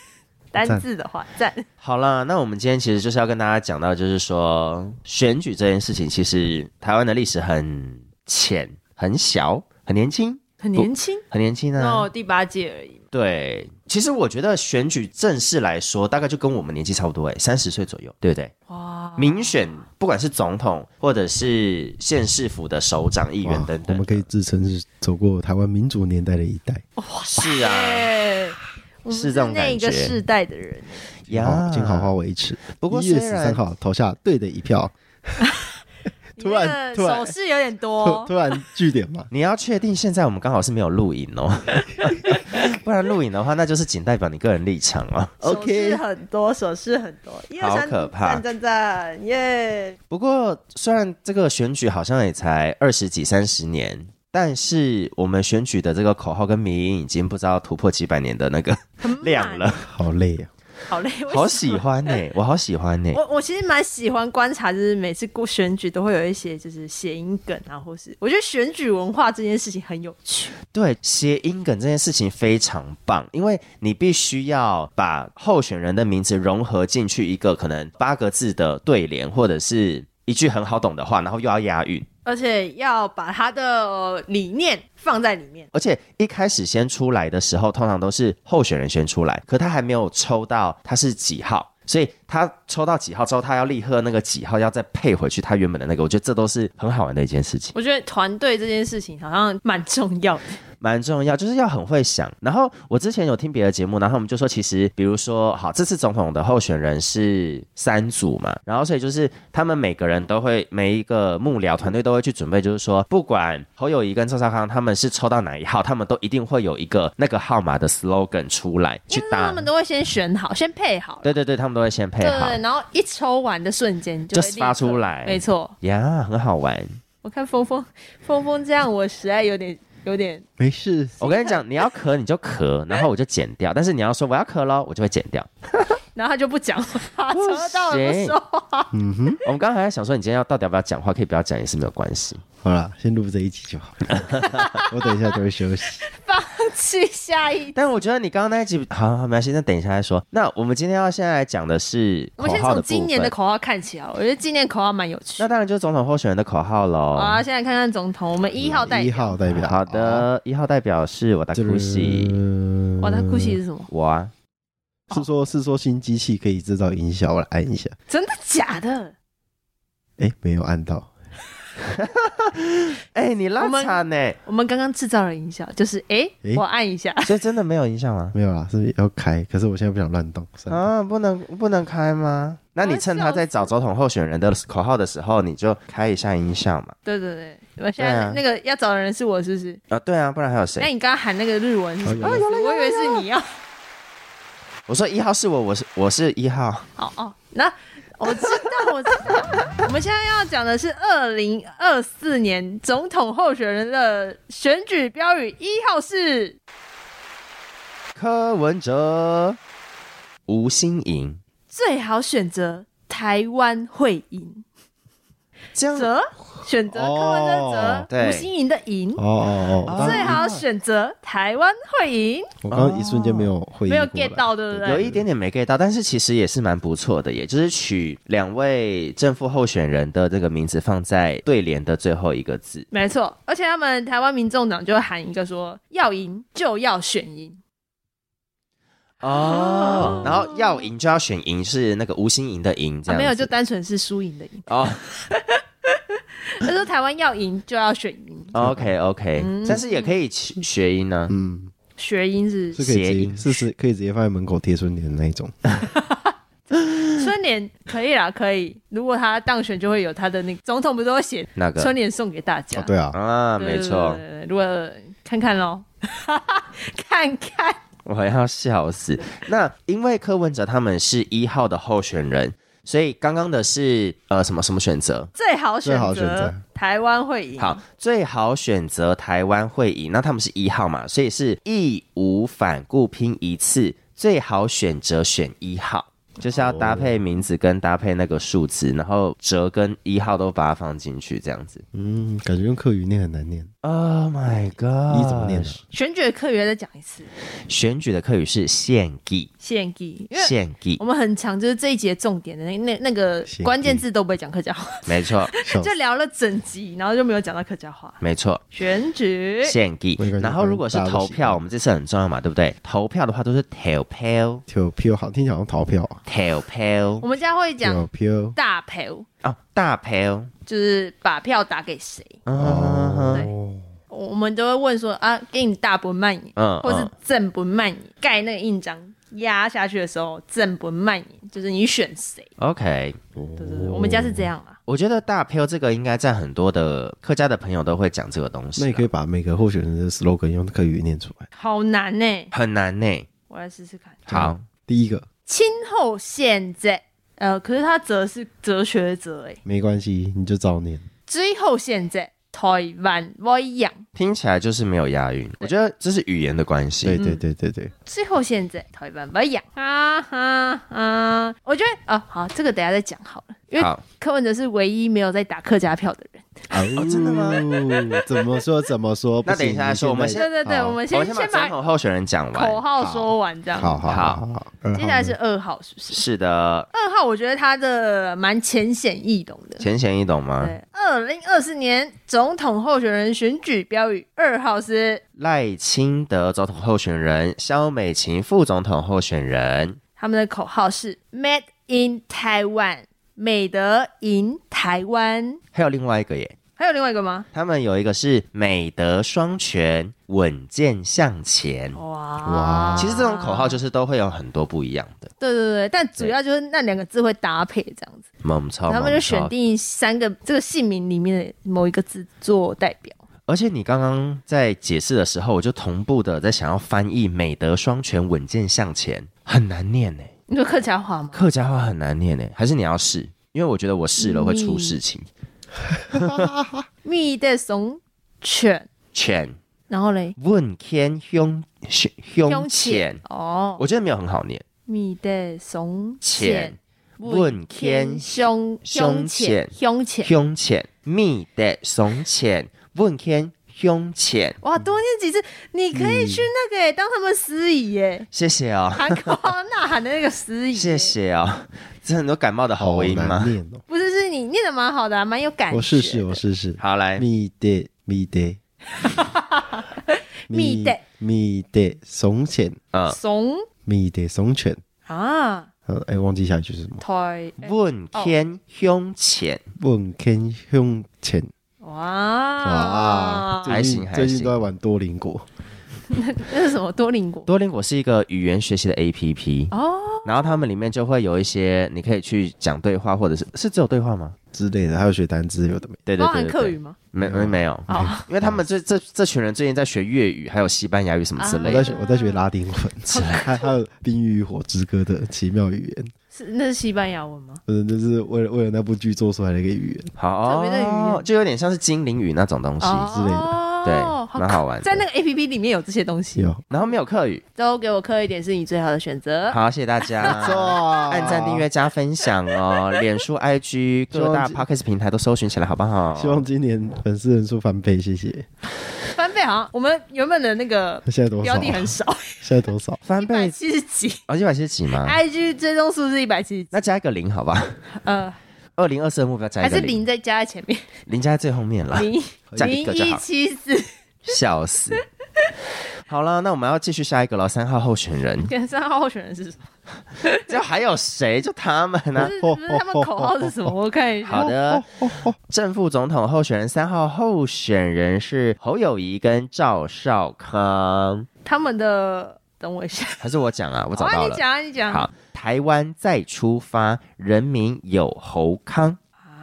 S2: 单
S4: 赞
S2: 字的话赞，
S1: 好啦，那我们今天其实就是要跟大家讲到，就是说选举这件事情，其实台湾的历史很浅、很小、很年轻、
S2: 很年轻，
S1: 很年轻
S2: 然
S1: 啊。
S2: 后第八届而已嘛，
S1: 对，其实我觉得选举正式来说，大概就跟我们年纪差不多、欸，哎，三十岁左右，对不对？
S2: 哇，
S1: 民选不管是总统或者是县市府的首长、议员
S4: 哇
S1: 等
S4: 我
S1: 等，
S4: 们可以自称是走过台湾民主年代的一代。
S1: 是啊
S2: 哎我们
S1: 是这种
S2: 那一个
S1: 感觉
S2: 世代的人，
S1: 呀，
S4: 请好好维持。
S1: 不过
S4: 一月
S1: 虽
S4: 十
S1: 然，
S4: 三号投下对的一票，突然
S2: 你那
S4: 突
S2: 个
S4: 然
S2: 手势有点
S4: 突
S2: 多
S4: 突，然据点嘛
S1: 你要确定，现在我们刚好是没有录影哦， 不然录影的话，那就是仅代表你个人立场哦。
S2: 手势
S4: OK
S2: 很多，手势很多，一二
S1: 好
S2: 三，
S1: 可怕
S2: 赞赞赞，耶！
S1: 不过，虽然这个选举好像也才二十几、三十年，但是我们选举的这个口号跟迷因已经不知道突破几百年的那个
S2: 很
S1: 量了，
S4: 好累啊！
S2: 好累，
S1: 好
S2: 为什么哦
S1: 喜欢呢、我好喜欢欸呢、
S2: 我我其实蛮喜欢观察，就是每次过选举都会有一些就是谐音梗啊，或是我觉得选举文化这件事情很有趣。
S1: 对，谐音梗这件事情非常棒，因为你必须要把候选人的名字融合进去一个可能八个字的对联，或者是一句很好懂的话，然后又要押韵。
S2: 而且要把他的呃理念放在里面，
S1: 而且一开始先出来的时候，通常都是候选人先出来，可他还没有抽到他是几号，所以他抽到几号之后，他要立刻那个几号要再配回去他原本的那个，我觉得这都是很好玩的一件事情，
S2: 我觉得团队这件事情好像蛮重要的。
S1: 蛮重要，就是要很会想。然后我之前有听别的节目，然后我们就说，其实比如说，好，这次总统的候选人是三组嘛，然后所以就是他们每个人都会每一个幕僚团队都会去准备，就是说，不管侯友谊跟赵少康他们是抽到哪一号，他们都一定会有一个那个号码的 slogan 出来去
S2: 因为
S1: 搭
S2: 他们。都会先选好，先配好，
S1: 对对对，他们都会先配
S2: 对
S1: 好
S2: 对，然后一抽完的瞬间就
S1: 就
S2: 会立刻
S1: 发出来
S2: 没错，
S1: 呀，很好玩。
S2: 我看峰峰峰峰这样，我实在有点有点
S4: 没事，
S1: 我跟你讲，你要咳你就咳，然后我就剪掉；但是你要说我要咳喽，我就会剪掉。
S2: 然后他就不讲话，抽到了不
S1: 行
S2: 说话。
S4: 嗯哼，
S1: 我们刚才还在想说，你今天要到底要不要讲话，可以不要讲也是没有关系。
S4: 好啦，先录这一集就好。 我等一下就会休息。
S2: 放弃下一。
S1: 但我觉得你刚刚那一集，好好，没关系，那等一下再说。那我们今天要现在来讲的是
S2: 我
S1: 口
S2: 们先
S1: 号
S2: 从
S1: 的部
S2: 今年的
S1: 分，
S2: 口号看起啊，我觉得今年口号蛮有趣
S1: 那
S2: 的。
S1: 当然就是总统候选人的口号喽。
S2: 好啊，现啊在看看总统，我们一号代
S1: 嗯
S4: 一
S2: 表，
S4: 号代表，啊
S1: 好的，一号代表是我的
S4: 这
S1: 酷喜，
S2: 哇，他酷喜是什么？
S1: 我啊，
S4: 是说，是说新机器可以制造音效，我来按一下。
S2: 真的假的？
S4: 哎，没有按到，
S1: 哎，你拉差呢，
S2: 我们刚刚制造了音效，就是诶，
S4: 诶
S2: 我按一下，
S1: 所以真的没有影响吗？
S4: 没有啦，是要开，可是我现在不想乱动。算了
S1: 啊，不能不能开吗？那你趁他在找总统候选人的口号的时候，你就开一下音效嘛。
S2: 对对对，我
S1: 对
S2: 现在
S1: 啊
S2: 那个要找的人是我，是不是？
S1: 啊，对啊，不然还有
S2: 那
S1: 谁？
S2: 你刚刚喊那个日文是什么
S4: 哦
S2: 意
S4: 有
S2: 思？我以为是你要，
S1: 我说一号是我，我是我是一号。
S2: 哦哦，那我知道，我知道， 我们现在要讲的是二零二四年总统候选人的选举标语，一号是
S1: 柯文哲、吴新颖，
S2: 最好选择台湾会赢，
S1: 这样
S2: 择选择柯文哲
S4: 哦
S2: 择，
S1: 对
S2: 吴欣颖的赢，
S4: 哦哦哦，我
S2: 最
S4: 刚
S2: 好选择台湾会赢，
S4: 我刚刚一瞬间没有回应
S2: 没有
S4: 过来
S2: get 到，对不对？
S1: 有一点点没 get 到，但是其实也是蛮不错的耶，也就是取两位正副候选人的这个名字放在对联的最后一个字。
S2: 没错，而且他们台湾民众党就喊一个说要赢就要选赢，
S1: 哦，然后要赢就要选赢，是那个吴新颖的赢，这
S2: 啊、
S1: 样、
S2: 没有就单纯是输赢的赢。
S1: 哦。
S2: 他说台湾要赢就要选赢，
S1: OK OK，、但
S2: 嗯
S1: 是也可以学学音呢、
S4: 嗯，
S2: 学赢是
S4: 是可
S1: 谐
S4: 以直接，
S1: 音
S4: 是是可以直接放在门口贴春联的那一种。
S2: 春联可以啦，可以。如果他当选，就会有他的那个总统不都会写
S1: 那个
S2: 春联送给大家？
S4: 哦，对啊，
S1: 啊，
S2: 对
S1: 没错
S2: 对，对对对如果看看喽，看看
S1: 我要笑死。那因为柯文哲他们是一号的候选人，所以刚刚的是呃什么什么选择？
S2: 最好选
S4: 最好选
S2: 择
S4: 择
S2: 台湾会赢。
S1: 好，最好选择台湾会赢。那他们是一号嘛，所以是义无反顾拼一次，最好选择选一号。就是要搭配名字跟搭配那个数字，然后折跟一号都把它放进去，这样子。
S4: 嗯，感觉用课语念很难念，
S1: Oh my god！
S4: 一怎么念啊呢？
S2: 选举的课语再讲一次，
S1: 选举的课语是献祭，
S2: 献祭，因为
S1: 献祭
S2: 我，们很强，就是这一节重点的那那那个
S4: 献祭
S2: 关键字都不会讲客家话，
S1: 没错，
S4: 笑死
S2: 就聊了整集，然后就没有讲到客家话。
S1: 没 错。
S2: 选举
S1: 献祭
S4: 我以为，你
S1: 然后如果是
S4: 大家都
S1: 投
S4: 喜
S1: 票，
S4: 欢
S1: 我们这次很重要嘛，对不对？投票的话都是投票，
S4: 投票好听起来好像逃票啊，
S1: 投票
S2: 我们家会讲
S4: 投票
S2: 大票，
S1: 哦，大票，
S2: 就是把票打给谁，
S1: 嗯
S4: 哦，
S2: 我我们都会问说啊，给你大不慢你，
S1: 嗯
S2: 或是
S1: 嗯
S2: 正不慢你，盖那个印章压下去的时候正不慢你，就是你选谁，
S1: 哦，OK。
S2: 对对对，我们家是这样啊。
S1: 我觉得大票这个应该在很多的客家的朋友都会讲这个东西啦，
S4: 那你可以把每个候选人的 slogan 用课语念出来。
S2: 好难呢、
S1: 很难呢。
S2: 我来试试看。
S1: 好，
S4: 第一个
S2: 亲后现在，呃，可是它哲是哲学的哲哎、
S4: 没关系，你就照念。
S2: 最后现在台湾我养，
S1: 听起来就是没有押韵，我觉得这是语言的关系。
S4: 对对对对对，
S2: 最后现在台湾我养，哈哈哈！我觉得啊，好，这个等一下再讲好了，因为
S1: 好，
S2: 柯文哲是唯一没有在打客家票的人。
S4: 哦，真的吗？怎么说怎么说？
S1: 那
S4: 不行
S1: 等一下来说
S4: 你
S1: 我们
S4: 现
S1: 先
S2: 对对对，
S4: 好
S2: 我们
S1: 我
S2: 先
S1: 先把
S2: 先
S1: 总
S2: 把
S1: 统候选人讲
S2: 口
S1: 完。
S2: 号说完，这样。
S4: 在好好好好好，二号
S2: 接下来是二号，是不是？
S1: 是的，
S2: 二号，我觉得他的蛮浅显易懂的。
S1: 浅显易懂吗？
S2: 对，二零二四年总统候选人选举标语，二号是
S1: 赖清德总统候选人、萧美琴副总统候选人。
S2: 他们的口号是 “Made in Taiwan”，美德赢台湾。
S1: 还有另外一个耶，
S2: 还有另外一个吗？
S1: 他们有一个是美德双全，稳健向前。
S2: 哇
S4: 哇
S1: 其实这种口号就是都会有很多不一样的。
S2: 对对对，但主要就是那两个字会搭配这样子，
S1: 猛超，
S2: 然后他们就
S1: 猛操
S2: 选定三个这个姓名里面的某一个字做代表。
S1: 而且你刚刚在解释的时候，我就同步的在想要翻译“美德双全，稳健向前”，很难念呢。
S2: 你说客家话吗？
S1: 客家话很难念呢，还是你要试？因为我觉得我试了会出事情。
S2: 蜜的怂犬，
S1: 全
S2: 然后嘞，
S1: 问天胸胸胸前，
S2: 哦，
S1: 我觉得没有很好念。
S2: 蜜的怂
S1: 浅
S2: 犬，
S1: 问天
S2: 胸
S1: 胸
S2: 胸浅
S1: 浅
S2: 胸浅，
S1: 胸前密的怂前问天胸前，
S2: 哇，多念几次，你可以
S1: 嗯
S2: 去那个耶当他们司 仪耶，
S1: 谢谢哦，
S2: 韩国呐喊的那个司仪，
S1: 谢。谢哦，这很多感冒的
S4: 好
S1: 好音吗
S4: 难？念哦。
S2: 不是，是你念的蛮好的、啊，蛮有感觉。
S4: 我试试，我试试。
S1: 好来，
S4: 密得密得，
S2: 密得
S4: 密得怂钱，
S1: 嗯，
S2: 怂
S4: 密得怂犬。
S2: 啊，
S4: 呃，哎，忘记下一句是什么？
S2: 台哎
S1: 问天胸前，
S4: 问天胸前
S2: 哇啊
S4: 哇，
S1: 还
S4: 最
S1: 行
S4: 近
S1: 还行
S4: 最近都在玩多邻国，
S2: 那是什么多邻国？
S1: 多邻国是一个语言学习的 A P P
S2: 哦，
S1: 然后他们里面就会有一些你可以去讲对话，或者是是只有对话吗？
S4: 之类的，还有学单词，有的没。
S1: 对对
S2: 包
S1: 对
S2: 含
S1: 对
S2: 客
S1: 对
S2: 语哦吗？
S1: 没没没有，嗯因为他们这这这群人最近在学粤语，还有西班牙语什
S2: 啊
S1: 么之
S4: 我
S1: 类
S4: 在
S1: 的。
S4: 学我在学拉丁文，
S1: 啊
S4: 还还有《冰与火之歌》的奇妙语言，
S2: 是那是西班牙文吗？
S4: 嗯，就是为了为了那部剧做出来的一个语言。
S1: 好
S2: 特别的语
S1: 哦
S2: 言，
S1: 就有点像是精灵语那种东西。
S4: 之类的
S2: 哦，
S1: 对蛮好玩的
S2: 在那个 A P P 里面有这些东西，
S4: 有，
S1: 然后没有客语，
S2: 都给我刻一点是你最好的选择。
S1: 好，谢谢大 家。按赞、订阅、加分享哦！脸书、IG 各大
S4: 希
S1: Podcast 平台都搜寻起来，好不好？
S4: 希望今年粉丝人数翻倍，谢谢。
S2: 翻倍好像我们原本的那个
S4: 那现在多少啊
S2: 标？的 很少，
S4: 现在多少？
S1: 翻
S2: 一百
S1: 倍
S2: 七十几
S1: 哦，一百七十几吗？
S2: ，IG 追踪数是一百七十几，
S1: 那加一个零，好吧？
S2: 呃，
S1: 二零二四的目标加
S2: 还
S1: 一个
S2: 是
S1: 零，
S2: 零再加在前面，
S1: 零 加在最后面了，
S2: 零
S1: 加
S2: 零
S1: 一个就
S2: 一
S1: 好，
S2: 七四，
S1: 笑死。好了，那我们要继续下一个了。三号候选 人，
S2: 跟三号候选人是 什么？
S1: 就还有谁？就他们
S2: 不
S1: 啊。
S2: 是不是他们口号是 什么？我看一下，
S1: 好的，正副总统候选人三号候选人是侯友谊跟赵少康，
S2: 他们的等我一下，
S1: 还是我讲啊？我
S2: 好
S1: 找
S2: 啊，
S1: 到
S2: 你
S1: 了。
S2: 讲啊，你讲
S1: 好，台湾再出发，人民有侯康。
S2: 啊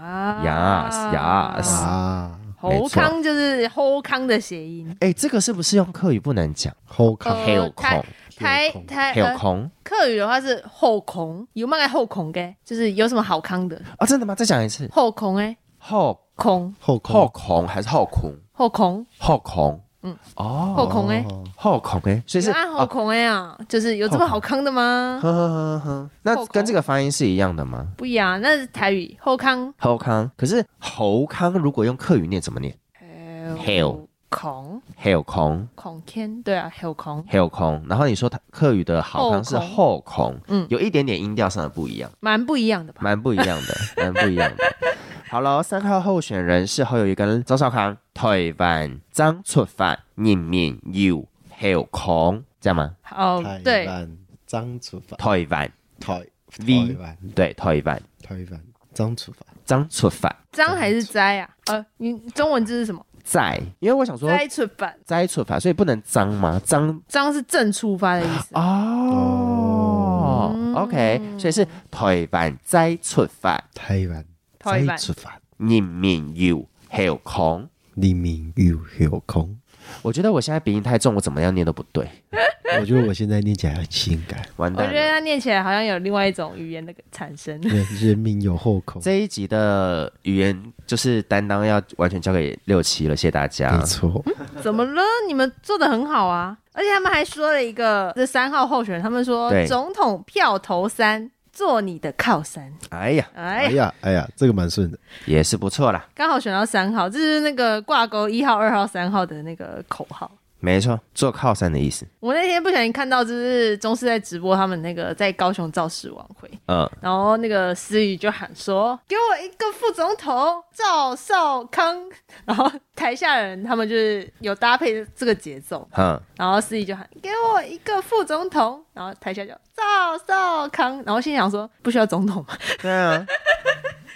S1: Yes, yes
S4: 啊，
S2: 侯康就是侯康的谐音，
S1: 哎，这个是不是用客语不能讲？
S4: 好
S2: 呃
S4: 看，
S1: 还有
S2: 台
S1: 空
S2: 台
S4: 还有空
S2: 台
S1: 还有
S2: 呃
S1: 空
S2: 客语的话是后空，有嘛个后空嘅，就是有什么好康的
S1: 啊？真的吗？再讲一次，
S2: 呃后空哎
S1: 后
S2: 空
S4: 后
S1: 后
S4: 空，
S1: 空还是后空？
S2: 后空，
S1: 后空
S2: 嗯
S1: 哦，
S2: 后孔哎，
S1: 后孔哎，所以是
S2: 有按后
S1: 哦，
S2: 孔哎啊，就是有这么好康的吗？
S1: 呵呵呵呵，那
S2: 后孔
S1: 跟这个发音是一样的吗？
S2: 不一样，那是台语后康。
S1: 侯康，可是侯康如果用客语念怎么念 Hell
S2: 孔
S1: ？hell 空
S2: 孔天，对啊，后孔
S1: hell 空，然后你说它客语的好康是后空，
S2: 嗯
S1: 有一点点音调上的不一样，
S2: 蛮不一样的吧？
S1: 蛮不一样的，蛮不一样的。好了，三号候选人是侯友谊跟张少康、台湾张出发、任面 you hell 空，这样吗？
S2: 哦，
S4: 台
S2: 对，
S4: 湾张楚发，
S1: 台湾
S4: 台
S1: V
S4: 台湾
S1: 对台湾
S4: 台湾张楚发，
S1: 张出发
S2: 张还是摘啊？呃，你中文字是什么？
S1: 在，因为我想说
S2: 摘出版，
S1: 摘出发，所以不能张嘛，张
S2: 张是正出发的意思。
S1: 哦、o
S2: 嗯
S1: k 所以是台湾再出发，
S4: 台湾
S2: 台湾
S4: 张楚发，
S1: 人民有有空。
S4: 黎明与有 空。
S1: 我觉得我现在鼻音太重，我怎么样念都不对，
S4: 我觉得我现在念起来很性感，
S1: 完
S2: 我
S1: 蛋
S2: 觉得
S1: 了。
S2: 它念起来好像有另外一种语言的产生。
S4: 人人民有后空，
S1: 这一集的语言就是担当要完全交给六七了，谢谢大家
S4: 没。错。
S2: 怎么了？你们做的很好啊！而且他们还说了一个这三号候选人，他们说
S1: 对
S2: 总统票投三，做你的靠山。
S1: 哎呀，
S2: 哎
S4: 哎
S2: 呀，
S4: 呀哎呀，这个蛮顺的，
S1: 也是不错啦，
S2: 刚好选到三号，这是那个挂钩一号、二号、三号的那个口号。
S1: 没错，做靠山的意思。
S2: 我那天不小心看到，就是中视在直播他们那个在高雄造势晚会，
S1: 嗯，
S2: 然后那个思雨就喊说：“给我一个副总统赵少康。”然后台下人他们就是有搭配这个节奏，
S1: 哼，
S2: 然后司仪就喊：“给我一个副总统。”然后台下就赵少康。然后心想说：“不需要总统吗
S1: 对啊，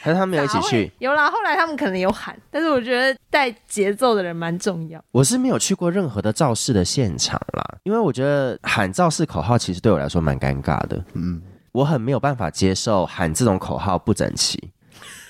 S1: 和他？”们有一 起
S2: 哪会
S1: 去。
S2: 有啦，后来他们可能有喊，但是我觉得带节奏的人蛮重要。
S1: 我是没有去过任何的造势的现场啦，因为我觉得喊造势口号其实对我来说蛮尴尬的。嗯，我很没有办法接受喊这种口号不整齐，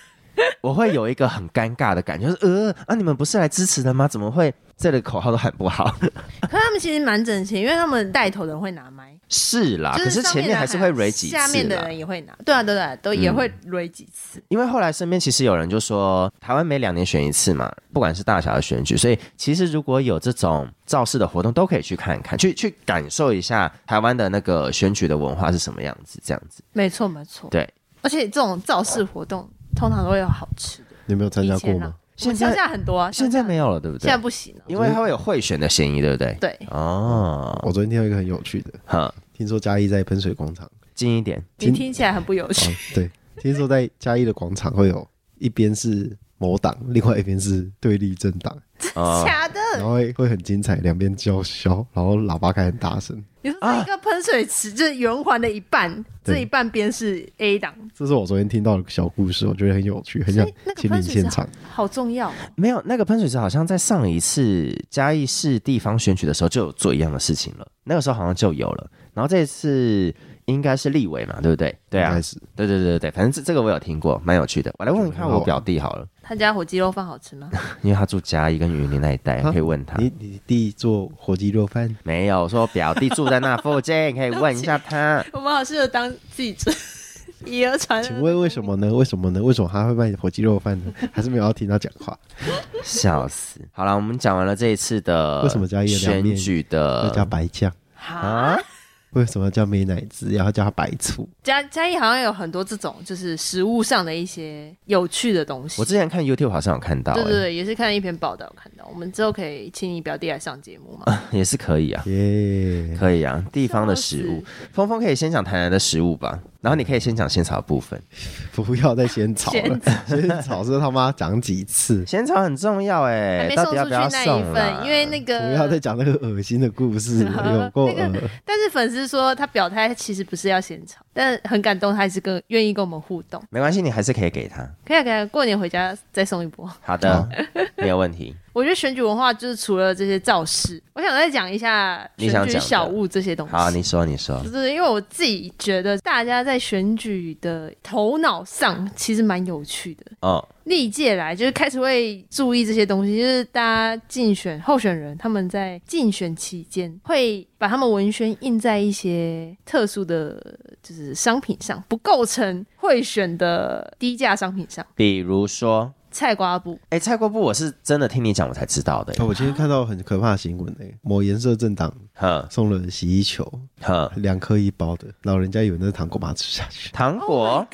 S1: 我会有一个很尴尬的感觉，就是呃啊，你们不是来支持的吗？怎么会这里口号都喊不好？
S2: 可是他们其实蛮整齐，因为他们带头的人会拿麦，
S1: 是啦，
S2: 就
S1: 啊可是
S2: 上
S1: 前面还
S2: 的
S1: 是
S2: 人
S1: 会
S2: 喊
S1: 蕊几次
S2: 下面的
S1: 啦嗯
S2: 人也会拿。对啊，对啊，都也会蕊几次。
S1: 因为后来身边其实有人就说，台湾每两年选一次嘛，不管是大小的选举，所以其实如果有这种造势的活动，都可以去看看，去去感受一下台湾的那个选举的文化是什么样子，这样子。
S2: 没错，没错。
S1: 对，
S2: 而且这种造势活动通常都会有好吃的。
S4: 你有没有参加
S2: 以
S4: 过
S2: 前
S4: 吗
S2: 啊？，我们乡下很多啊，
S1: 现在没
S2: 有，
S1: 有了，对不对？
S2: 现在不行了。
S1: 因为它会有贿选的嫌疑，对不对？
S2: 对，
S1: 哦，
S4: 我昨天听到一个很有趣的，
S1: 好，
S4: 听说嘉义在喷水广场，哦，
S1: 近一 点，
S2: 你听起来很不有趣。
S4: 对，听说在嘉义的广场会有一边是某党，另外一边是对立政党，
S1: 哦
S2: 假的，
S4: 然后会会很精彩，两边叫嚣，然后喇叭开很大声。
S2: 你说是一个喷水池，就是圆环的一
S1: 啊
S2: 半，
S4: 对
S2: 这一半边是 A 档，
S4: 这是我昨天听到的小故事，我觉得很有趣，很想
S2: 所以那个
S4: 亲临
S2: 喷水
S4: 现
S2: 池
S4: 场
S2: 好。好重要哦。
S1: 没有那个喷水池，好像在上一次嘉义市地方选举的时候就有做一样的事情了，那个时候好像就有了，然后这次应该是立委嘛，对不对？对
S4: 应
S1: 啊
S4: 该，是
S1: 对对对对对，反正这这个我有听过，蛮有趣的。我来问问看我表弟好了，
S2: 他家火鸡肉饭好吃吗？
S1: 因为他住嘉义跟云林那一带，
S4: 啊
S1: 可以问他。
S4: 你你弟做火鸡肉饭，
S1: 没有，我说我表弟住在那附近，可以问一下 他。
S2: 我们好适合当记者，以讹传讹。
S4: 请问为什么呢？为什么呢？为什么他会卖火鸡肉饭呢？还是没有要听他讲话？
S1: 笑死！好了，我们讲完了这一次的
S4: 为什么嘉义的凉
S1: 选
S4: 面
S1: 举
S4: 要加
S1: 的
S4: 白酱？
S2: 啊？
S4: 为什么要加美乃滋？然后加白醋？
S2: 嘉嘉义好像有很多这种，就是食物上的一些有趣的东西
S1: 我。之前看 YouTube 好像有看到、
S2: 对对
S1: 欸
S2: 对，也是看一篇报道看到，我们之后可以请你表弟来上节目嘛？
S1: 也是可以啊，
S4: 耶！
S1: 可以啊，地方的食物。峰峰可以先讲台南的食物吧，然后你可以先讲仙草的部分。？
S4: 不要再仙草了
S2: 仙，
S4: 仙草是他妈讲几次
S1: 仙草很重要哎、
S2: 还没
S1: 到
S2: 送
S1: 底要
S2: 出去
S1: 不要
S2: 那一
S1: 送啊啦
S2: 份，因为那个
S4: 不要再讲那个恶心的故 事了，有够
S2: 啊那
S4: 恶。
S2: 但是粉丝说他表态其实不是要现场，但很感动，他还是跟愿意跟我们互动。
S1: 没关系，你还是可以给他。
S2: 可以啊可以啊，过年回家再送一波。
S1: 好的，没有问题。
S2: 我觉得选举文化就是除了这些造势，我想再讲一下
S1: 你想讲
S2: 选
S1: 的
S2: 举小物这些东西。
S1: 好，你说，你说
S2: 就，是因为我自己觉得大家在选举的头脑上其实蛮有趣的。
S1: 哦，
S2: 历届来就是开始会注意这些东西，就是大家竞选候选人他们在竞选期间会把他们文宣印在一些特殊的就是商品上，不构成贿选的低价商品上。
S1: 比如说，
S2: 菜瓜布，
S1: 哎、菜瓜布我是真的听你讲我才知道的、
S4: 哦我今天看到很可怕的新闻诶、欸某颜色政党
S1: 哼
S4: 送了洗衣球，
S1: 哼，
S4: 两颗一包的，老人家以为那是糖果把它吃下去，
S1: 糖果、
S2: Oh 啊